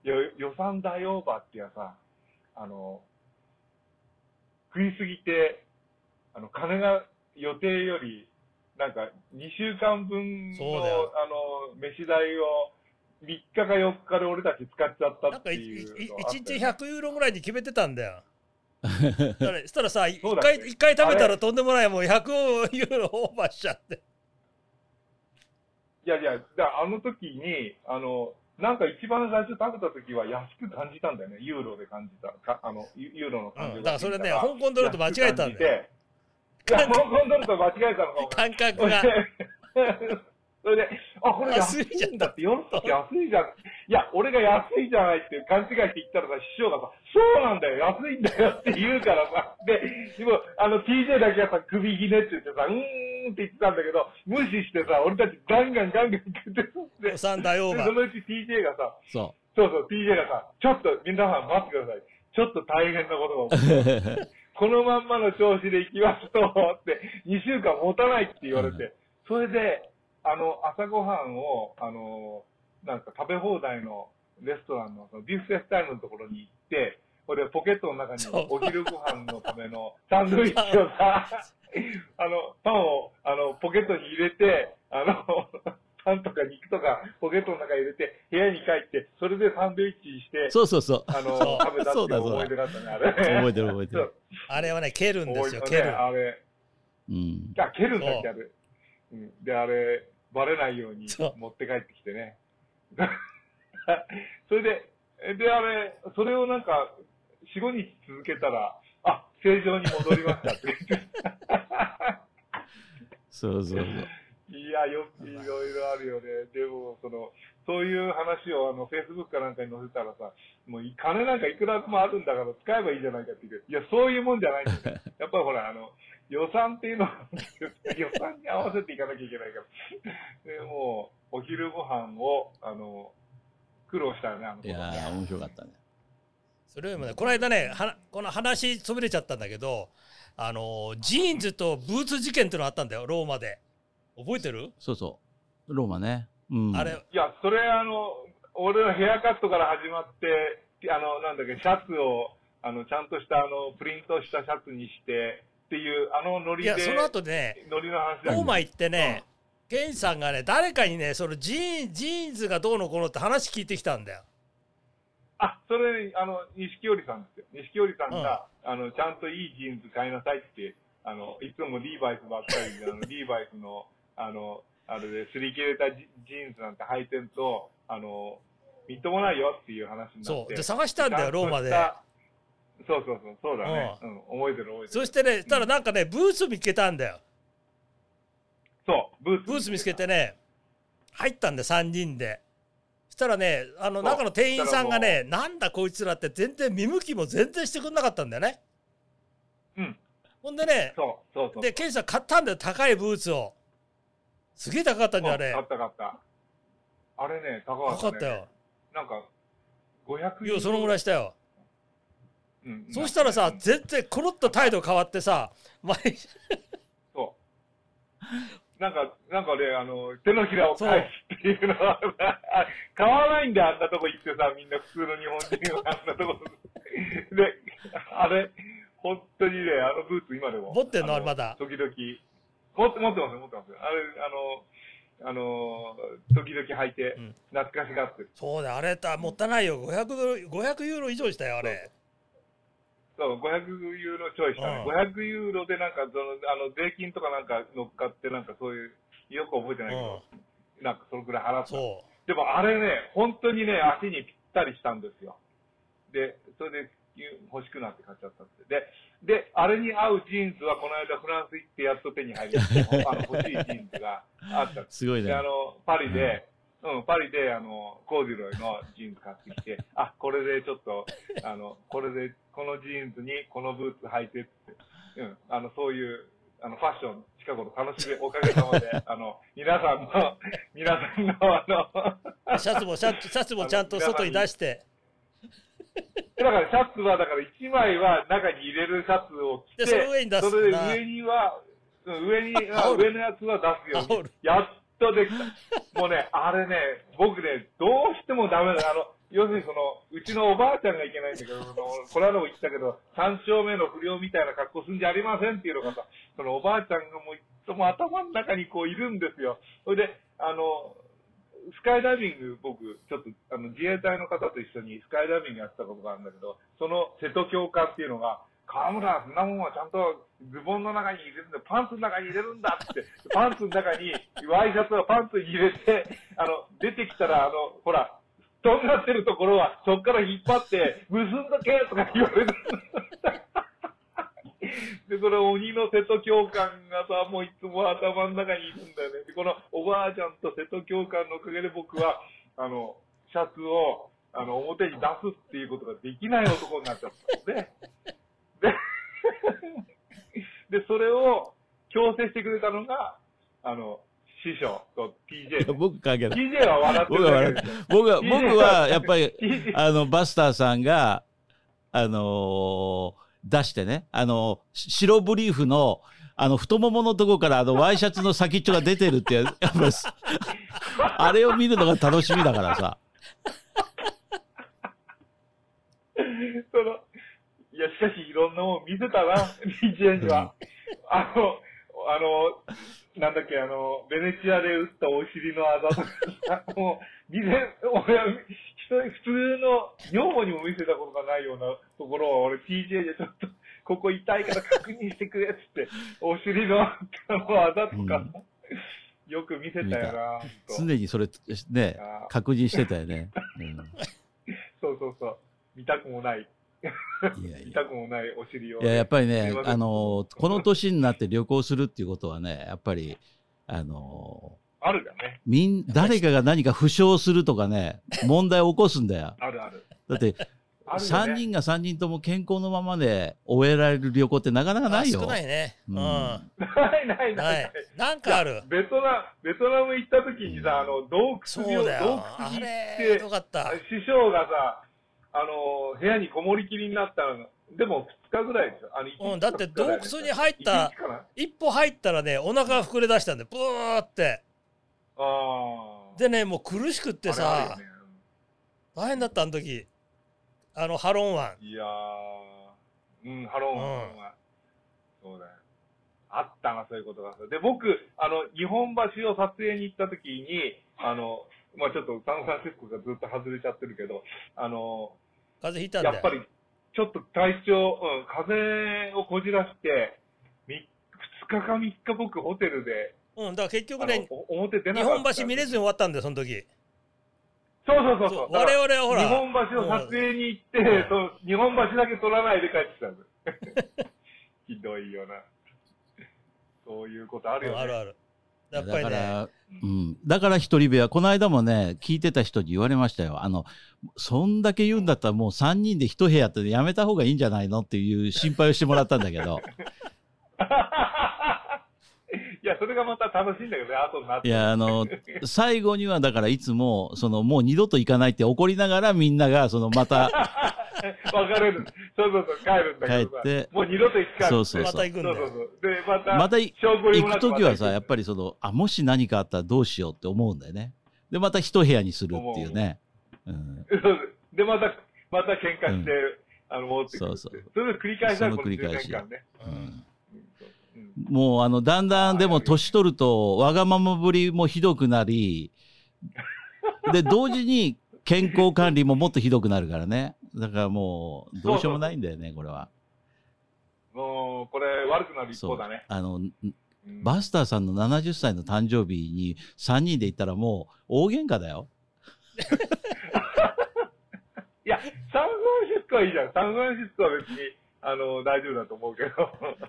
Speaker 3: う。いや、予算大オーバーってやさ、あの、食いすぎて、あの、金が予定より、なんか、2週間分の、
Speaker 2: そうだよ
Speaker 3: あの、飯代を、3日か4日で俺たち使っちゃった
Speaker 2: なん
Speaker 3: っ
Speaker 2: か
Speaker 3: て
Speaker 2: いい
Speaker 3: いうのがあったよね。
Speaker 2: 一日100ユーロぐらいに決めてたんだ よ。だからそしたらさ、一
Speaker 3: そうだ
Speaker 2: 回
Speaker 3: っけ
Speaker 2: 一回食べた
Speaker 3: あ
Speaker 2: ら
Speaker 3: れ
Speaker 2: とんでもない、もう100ユーロオーバーしちゃって。
Speaker 3: いやいや、だからあの時に、あの、なんか一番最初食べた時は安く感じたんだよね。ユーロで感じた。かあの、ユユーロの感
Speaker 2: う
Speaker 3: じ
Speaker 2: んだからそれね香港ドルと間違えたんだ
Speaker 3: よ。いや、香港ドルと間違えたのかも。
Speaker 2: 感覚
Speaker 3: それ
Speaker 2: が。
Speaker 3: で、それであ、これ安
Speaker 2: 安
Speaker 3: い
Speaker 2: いじゃん
Speaker 3: んだって、ヨーロッパって安いじゃん。いや、俺が安いじゃないって勘違いして言ったらさ、師匠がさ、そうなんだよ、安いんだよって言うからさ、で、でも、あの、TJ だけはさ、首ひねって言ってさ、うーんって言ってたんだけど、無視してさ、俺たちガンガンガンガン食って
Speaker 2: 予
Speaker 3: さで、
Speaker 2: 算大オー
Speaker 3: で
Speaker 2: バ
Speaker 3: そ
Speaker 2: ー。
Speaker 3: のうち TJ がさ、
Speaker 1: そ
Speaker 3: そうそう、TJ がさ、ちょっと、皆さん待ってください。ちょっと大変なことが起こる
Speaker 1: う。
Speaker 3: このまんまの調子で行きますと、って、2週間持たないって言われて、それで、あの、朝ごはんを、あの、なんか食べ放題のレストランの、そのビュッフェスタイルのところに行って、これポケットの中に
Speaker 2: そう
Speaker 3: お昼ご飯のためのサンドイッチをさ、 あの、パンを、あの、ポケットに入れて、あの、パンとか肉とかポケットの中に入れて、部屋に帰って、それでサンドイッチにして、
Speaker 1: そうそう そう。
Speaker 3: あの
Speaker 2: そう、
Speaker 3: 食べたっていう思い出があったね、あれ。
Speaker 1: 覚えてる覚えて
Speaker 3: そう
Speaker 1: る。
Speaker 2: あれはね、蹴るんですよ、
Speaker 3: 覚
Speaker 2: 蹴
Speaker 3: えて
Speaker 2: る
Speaker 3: ね。あれ、
Speaker 1: うん。
Speaker 3: あ、蹴るんだっけ、あれ。うん、で、あれ、バレないように
Speaker 2: そう
Speaker 3: 持って帰ってきてね。 それで、えで、あれ、それをなんか、4、5日続けたら、あ、正常に戻りましたって言って。
Speaker 1: そうそうそう。
Speaker 3: いや、よくいろいろあるよね。でも、その、そういう話を、あの、Facebook かなんかに載せたらさ、もう、金なんかいくらでもあるんだから使えばいいじゃないかって言うけど、いや、そういうもんじゃないんだよ。やっぱりほら、あの、予算っていうの は、予算に合わせていかなきゃいけないから。でもう、お昼ご飯を、あの、苦労したよね、あの
Speaker 1: いやー、面白かったね。
Speaker 2: それよりもね、この間ね、はこの話、潰れちゃったんだけど、あの、ジーンズとブーツ事件っていうのがあったんだよ、ローマで。覚えてる、
Speaker 1: そうそう。ローマね。うん。
Speaker 2: あれ、
Speaker 3: いや、それ、あの、俺のヘアカットから始まって、あの、なんだっけ、シャツを、あの、ちゃんとした、あの、プリントしたシャツにして、っていう、あのノリ
Speaker 2: い
Speaker 3: で、
Speaker 2: や、その後ね、
Speaker 3: ノリの話だ
Speaker 2: ロー
Speaker 3: よ
Speaker 2: マ行ってね、ケンさんがね、誰かにね、そのジーンジーンズがどうのこうのって話聞いてきたんだよ。
Speaker 3: あ、それ、あの、錦織さんですよ。錦織さんが、あの、ちゃんといいジーンズ買いなさいって、あの、いつもリーバイスばっかりで、あの、リーバイスの、あの、あれで、すり切れたジジーンズなんて履いてると、あの、みっともないよっていう話になって。
Speaker 2: そう。で、探したんだよ、ローマで。
Speaker 3: そうそうそう、そうだね。うん、覚えてる覚えて
Speaker 2: そ
Speaker 3: る。
Speaker 2: してね、したらなんかね、ブーツ見つけたんだよ。
Speaker 3: そう、ブーツ。
Speaker 2: ブーツ見つけてね、入ったんだよ、3人で。したらね、あの、中の店員さんがね、なんだこいつらって全然見向きも全然してくんなかったんだよね。
Speaker 3: うん。
Speaker 2: ほんでね、
Speaker 3: そう、そうそう。
Speaker 2: で、ケンさん買ったんだよ、高いブーツを。すげえ高かったんだよ、あれ
Speaker 3: 買。った買った。あれね、高かっ
Speaker 2: 高か
Speaker 3: た、ね。
Speaker 2: ったよ。
Speaker 3: なんか、500
Speaker 2: いや、そのぐらいしたよ。
Speaker 3: い。うん。
Speaker 2: そうしたらさ、全然コロッと態度変わってさ、毎日
Speaker 3: そう。なんか、なんかね、あの、手のひらを返すっていうのは、 あ買わないんだ、あんなとこ行ってさ、みんな普通の日本 人はあんなとこ。で、あれ、本当にね、あのブーツ今でも。
Speaker 2: 持ってんの
Speaker 3: あ
Speaker 2: まだ
Speaker 3: 時々。持って、持ってますよ、持ってますよ。あれ、あの、あの、時々履いて
Speaker 2: うん、
Speaker 3: 懐かしがってる。
Speaker 2: そうだ、あれだ、もったいないよ。500ドル、500ユーロ以上したよ、あれ。
Speaker 3: そう、500ユーロちょいしたね。
Speaker 2: うん
Speaker 3: 500ユーロでなんか、その、あの、税金とかなんか乗っかって、なんかそういう、よく覚えてないけど、なんかそのくらい払った。
Speaker 2: そ
Speaker 3: でもあれね、本当にね、足にぴったりしたんですよ。で、それで欲しくなって買っちゃったって。で、で、あれに合うジーンズはこの間フランス行 ってやっと手に入りました。あの欲しいジーンズがあった。
Speaker 1: すごいね
Speaker 3: で、あ。の、パリで、ううん、パリで、あの、コーデュロイのジーンズ買ってきて、あ、これでちょっと、あの、これで、このジーンズにこのブーツ履いてって、うん、あの、そういう、あの、ファッション、近頃楽しみ、おかげさまで、あの、皆さんの、皆さんの、あの、
Speaker 2: シャツもシャツシャツもちゃんと外に出して
Speaker 3: だからシャツは、だから1枚は中に入れるシャツを着て、
Speaker 2: でその上に出す
Speaker 3: それで上には、うん上には、
Speaker 2: 羽織
Speaker 3: 上のやつは出す
Speaker 2: 羽
Speaker 3: よう
Speaker 2: 織る
Speaker 3: に。やっとできた。もうね、 あれね、僕ね、どうしてもダメだ。あの、要するにその、うちのおばあちゃんがいけないんだけど、その、これはも言ったけど、三丁目の不良みたいな格好すんじゃありませんっていうのがさ、そのおばあちゃんがもういつも頭の中にこういるんですよ。それで、あの、スカイダイビング、僕、ちょっとあの自衛隊の方と一緒にスカイダイビングやってたことがあるんだけど、その瀬戸教官っていうのが、河村、そんなもんはちゃんとズボンの中に入れるんだ、パンツの中に入れるんだって、パンツの中に、ワイシャツはパンツに入れて、あの、出てきたら、あの、ほら、とんがってるところは、そっから引っ張って、結んどけとか言われて。 で、それ鬼の瀬戸教官がさ、もういつも頭の中にいるんだよね。で、このおばあちゃんと瀬戸教官のおかげで僕は、あの、シャツを、あの、表に出すっていうことができない男になっちゃったんで、 で、で、それを強制してくれたのが、あの、師匠と TJ
Speaker 1: いや
Speaker 3: ね。
Speaker 1: 僕関係ない
Speaker 3: TJ は笑って
Speaker 1: 僕
Speaker 3: る
Speaker 1: は
Speaker 3: だ
Speaker 1: 笑
Speaker 3: け
Speaker 1: って
Speaker 3: ですよ。
Speaker 1: 僕は
Speaker 3: TJ
Speaker 1: 僕はやっぱり
Speaker 3: TJ
Speaker 1: あのバスターさんがあのー出してねあのし白ブリーフのあの太もものとこからあのワイシャツの先っちょが出てるってややっぱりすあれを見るのが楽しみだからさ
Speaker 3: その、いや、しかしいろんなもん見せたな、DJ には。あの、あの、なんだっけ、あの、ベネチアで打ったお尻のあざとかさ、もう、見せ、俺は、人に普通の女房にも見せたことがないようなところを、俺 TJ でちょっと、ここ痛いから確認してくれっつって、お尻のあのあざとか、よく見せたよな、ほ
Speaker 1: 常
Speaker 3: んと
Speaker 1: にそれね
Speaker 3: あー
Speaker 1: 確認してたよね、う
Speaker 3: そうそうそう。見たくもな
Speaker 1: ん、
Speaker 3: い、
Speaker 1: いやい
Speaker 3: 見
Speaker 1: や
Speaker 3: たくもないお尻を。
Speaker 1: いややっぱり
Speaker 3: す
Speaker 1: ね
Speaker 3: いません
Speaker 1: あのーこの年になって旅行するっていうことはねやっぱりあのー
Speaker 3: あるよね。
Speaker 1: みん、誰かが何か負傷するとかね、問題を起こすん だよ。
Speaker 3: あるある。
Speaker 1: だって、
Speaker 3: あるよ
Speaker 1: 3
Speaker 3: ね
Speaker 1: 人が3人とも健康のままで終えられる旅行ってなかなかないよ。
Speaker 2: あ少ないねう、
Speaker 1: うんん
Speaker 3: ないないない
Speaker 2: な
Speaker 3: ないい。
Speaker 2: なんかある
Speaker 3: ベトナム、ベトナム行った時にさ、あの、洞
Speaker 2: そ
Speaker 3: 窟に、
Speaker 2: うだよ
Speaker 3: 洞窟
Speaker 2: あ
Speaker 3: に行
Speaker 2: れよ
Speaker 3: っ
Speaker 2: かった
Speaker 3: て、師匠がさ、あの、部屋にこもりきりになったの、でも2日ぐらいですよ。あの、一日
Speaker 2: うんだって
Speaker 3: 二日ぐらい
Speaker 2: 洞窟に入った
Speaker 3: 一日かな
Speaker 2: 一歩入ったらねお腹が膨れ出したんでブーって
Speaker 3: あー
Speaker 2: でねもう苦しくって
Speaker 3: あれあ
Speaker 2: さ
Speaker 3: るよね
Speaker 2: 大変だったあの時あのハロン湾
Speaker 3: いやー、うん、ハローンは、
Speaker 2: うん
Speaker 3: ハローンはそうだよ。あったな、そういうことが。で、僕、あの、日本橋を撮影に行った時に、あの、まあちょっとサンフランシスコがずっと外れちゃってるけど、あの、
Speaker 2: 風邪ひいたんだ
Speaker 3: や
Speaker 2: よ
Speaker 3: っぱり、ちょっと体調、うん、風邪をこじらして、み2日か3日僕ホテルで、
Speaker 2: うん、だから結
Speaker 3: あ
Speaker 2: 局
Speaker 3: の
Speaker 2: ね、
Speaker 3: お表出な
Speaker 2: 日
Speaker 3: かっ
Speaker 2: 本
Speaker 3: た。
Speaker 2: 橋見れずに終わったんだよ、その時。
Speaker 3: そうそうそ
Speaker 2: そ
Speaker 3: う そうう。
Speaker 2: 我々はほら
Speaker 3: 日本橋を撮影に行って、
Speaker 2: うん
Speaker 3: そう日本橋だけ撮らないで帰ってきたんです。 ひどいよな。そういうことあるよね。
Speaker 2: あるある。やっぱ
Speaker 1: だ
Speaker 2: り
Speaker 1: か
Speaker 2: ね、
Speaker 1: ら、うん。だから一人部屋、この間もね、聞いてた人に言われましたよ。あの、そんだけ言うんだったらもう3人で一部屋ってやめた方がいいんじゃないのっていう心配をしてもらったんだけど。
Speaker 3: いや、それがまた楽しいんだけどね、後になっ
Speaker 1: い
Speaker 3: て。
Speaker 1: や、あの、最後にはだからいつも、その、もう二度と行かないって怒りながらみんなが、その、また、
Speaker 3: 別れる。そうそうそう、帰るんだけどさ。
Speaker 1: 帰って
Speaker 3: もう二度と行くから。
Speaker 1: そうそう
Speaker 2: ま
Speaker 1: そ
Speaker 2: た
Speaker 1: う。
Speaker 2: 行くん
Speaker 3: そ
Speaker 2: だ
Speaker 3: うそう
Speaker 2: よ。
Speaker 3: そう。で、また、
Speaker 1: またい
Speaker 3: 証拠にも
Speaker 1: 行
Speaker 3: な
Speaker 1: く
Speaker 3: く
Speaker 1: ときはさ、やっぱ
Speaker 3: り。
Speaker 1: りその、あ、もし何かあったらどうしようって思うんだよね。で、また一部屋にするっていうね。うん。
Speaker 3: そうそうで、また、また喧嘩して、あの、戻ってくるって。
Speaker 1: そうそう
Speaker 3: それを繰り返し
Speaker 1: そ
Speaker 3: た
Speaker 1: の
Speaker 3: この
Speaker 1: 繰り
Speaker 3: 10
Speaker 1: 返し
Speaker 3: 年間ね。
Speaker 1: うん
Speaker 3: うん
Speaker 1: もう、あの、だんだん、で
Speaker 3: あ
Speaker 1: も、
Speaker 3: るよね
Speaker 1: 年取ると、わがままぶりもひどくなり、で、同時に健康管理ももっとひどくなるからね。だからもう、どうしようもないんだよね、これは。
Speaker 3: もう、これ悪くなる一
Speaker 1: そ
Speaker 3: 方
Speaker 1: う
Speaker 3: だね。。
Speaker 1: あの、
Speaker 3: うん
Speaker 1: バスターさんの70歳の誕生日に3人で行ったらもう大喧嘩だよ。
Speaker 3: いや、サンフランシスコはいいじゃん。サンフランシスコは別に、あの、大丈夫だと思うけど。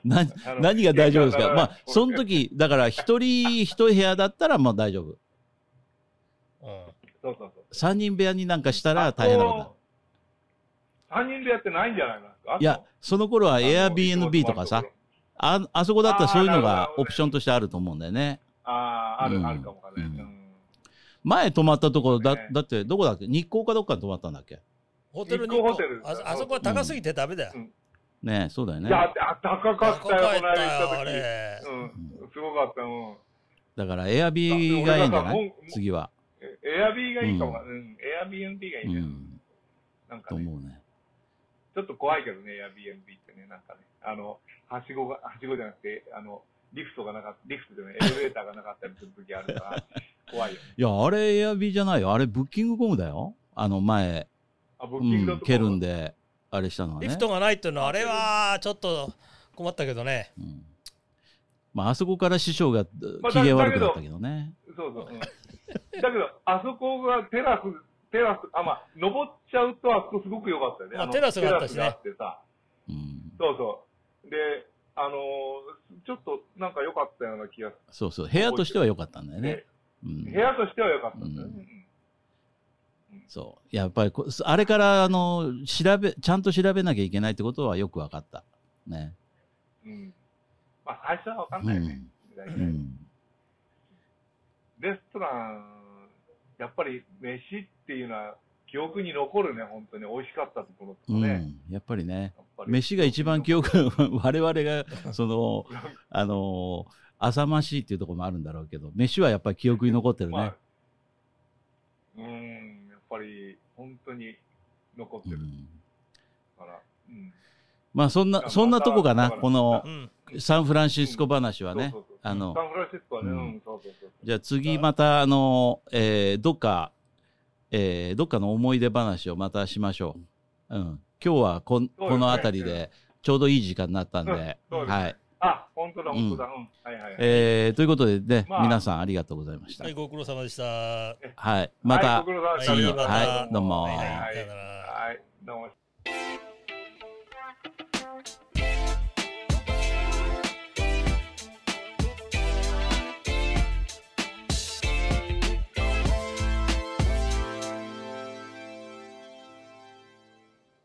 Speaker 1: な
Speaker 3: あの
Speaker 1: 何が大丈夫です
Speaker 3: いや
Speaker 1: か
Speaker 3: だ
Speaker 1: ま
Speaker 3: ら
Speaker 1: あ、その時、だから一人一部屋だったらまあ大丈夫。
Speaker 2: うん
Speaker 3: そうそうそう。
Speaker 1: 3人部屋になんかしたら大変なことになる。
Speaker 3: 3人でやってないんじゃないですか
Speaker 1: いや、その頃は Airbnb とかさ、ああそこだったらそういうのがオプションとしてあると思うんだよね。
Speaker 3: ああ、ある、
Speaker 1: うん
Speaker 3: あるかもわかんない。
Speaker 1: う
Speaker 3: うんん
Speaker 1: 前泊まったところだ、
Speaker 3: そうね
Speaker 1: だってどこだっけ日光かどっかに泊まったんだっけ
Speaker 2: ホテル
Speaker 3: 日光ホテル
Speaker 2: あそあそこは高すぎてダメだよ。
Speaker 1: ねえそうだよね。
Speaker 3: いや、あ高かったよ、この間行
Speaker 2: あ
Speaker 3: った時。
Speaker 2: れ。
Speaker 3: うん、すごかった。うん。
Speaker 1: だから Airb がいいんじゃない
Speaker 3: 俺がさもう
Speaker 1: 次は。
Speaker 3: エアビーがいいかも。うん、エアビー b がいいうね。
Speaker 1: ん。
Speaker 3: なんか
Speaker 1: と
Speaker 3: ね、
Speaker 1: 思うね。
Speaker 3: ちょっと怖いけどね、エアビー b ってね、なんかね、あの、はしごが、はしごじゃなくて、あの、リフトがなかった、リフトじゃない、エレベーターがなかったりする時ある から、怖いよ。
Speaker 1: いや、あれ Airb じゃないよ。あれブッキングコムだよ。あの前、
Speaker 3: あ、ブッ
Speaker 1: う
Speaker 3: キング
Speaker 1: ん、ケルン
Speaker 3: で。
Speaker 1: で、あれしたのはね。
Speaker 2: リフトがないっていうのは、あれはちょっと困ったけどね。
Speaker 1: うん。まあ、あそこから師匠がう
Speaker 3: まあ
Speaker 1: 機嫌
Speaker 3: だ
Speaker 1: 悪くなったけどね。
Speaker 3: そうそう。うん、だけど、あそこがテラス、テラス、あ、まあ、登っちゃうと、あそこすごく良かったよね。
Speaker 2: まあ
Speaker 3: の
Speaker 2: テラスがあったしね
Speaker 3: テラスがあってさ。
Speaker 1: うん。
Speaker 3: そうそう。で、あのーちょっとなんか良かったような気がす
Speaker 1: そうそう。部屋としては良かったんだよ
Speaker 3: る、
Speaker 1: ね。うん
Speaker 3: 部。屋としては良かったんだよ
Speaker 1: う
Speaker 3: ね。
Speaker 1: そう。やっぱりこ、あれから、あの、調べ、ちゃんと調べなきゃいけないってことはよく分かった。ね。
Speaker 3: うん。うんまあ、最初は分かん
Speaker 1: う
Speaker 3: ないよね。
Speaker 1: ん。う
Speaker 3: 大体
Speaker 1: ん。
Speaker 3: レストラン、やっぱり飯っていうのは記憶に残るね、本当に。美味しかったところと
Speaker 1: う
Speaker 3: か
Speaker 1: ん。
Speaker 3: ね。
Speaker 1: やっぱりね。
Speaker 3: やっぱり
Speaker 1: 飯が一番記憶、 我々が、その、あの浅ましいっていうところもあるんだろうけど、飯はやっぱり記憶に残って るね。
Speaker 3: まあうーん、やっぱり本当に残って
Speaker 1: う
Speaker 3: る
Speaker 1: ん。
Speaker 3: から。うん。
Speaker 1: まあ、そんな、そんなとこかな、
Speaker 3: また
Speaker 1: この
Speaker 2: う、ん。
Speaker 1: サンフランシスコ話はね
Speaker 3: そうそうそう。
Speaker 1: あの
Speaker 3: サ、ンフランシスコはね、
Speaker 1: う
Speaker 3: うんん、そうそうそう。
Speaker 1: じゃあ次また、あの、えーどっか、えーどっかの思い出話をまたしましょう。うん。今日はこん、
Speaker 3: そうですね
Speaker 1: この辺りで、ちょうどいい時間になったんで、
Speaker 3: うんそうですね
Speaker 1: はい。
Speaker 3: あ、本当だ、本当だ。うん。はいはいはい。
Speaker 1: えーということでね、
Speaker 3: まあ
Speaker 1: 皆さんありがとうございました。
Speaker 2: は、
Speaker 1: はいい。
Speaker 2: ご苦労様でした。は
Speaker 1: また、
Speaker 3: はいご苦労様でした
Speaker 1: 次
Speaker 3: ありがとうございます
Speaker 1: はいどうも
Speaker 2: はい
Speaker 3: はい
Speaker 2: さよなら
Speaker 3: はい、どうも。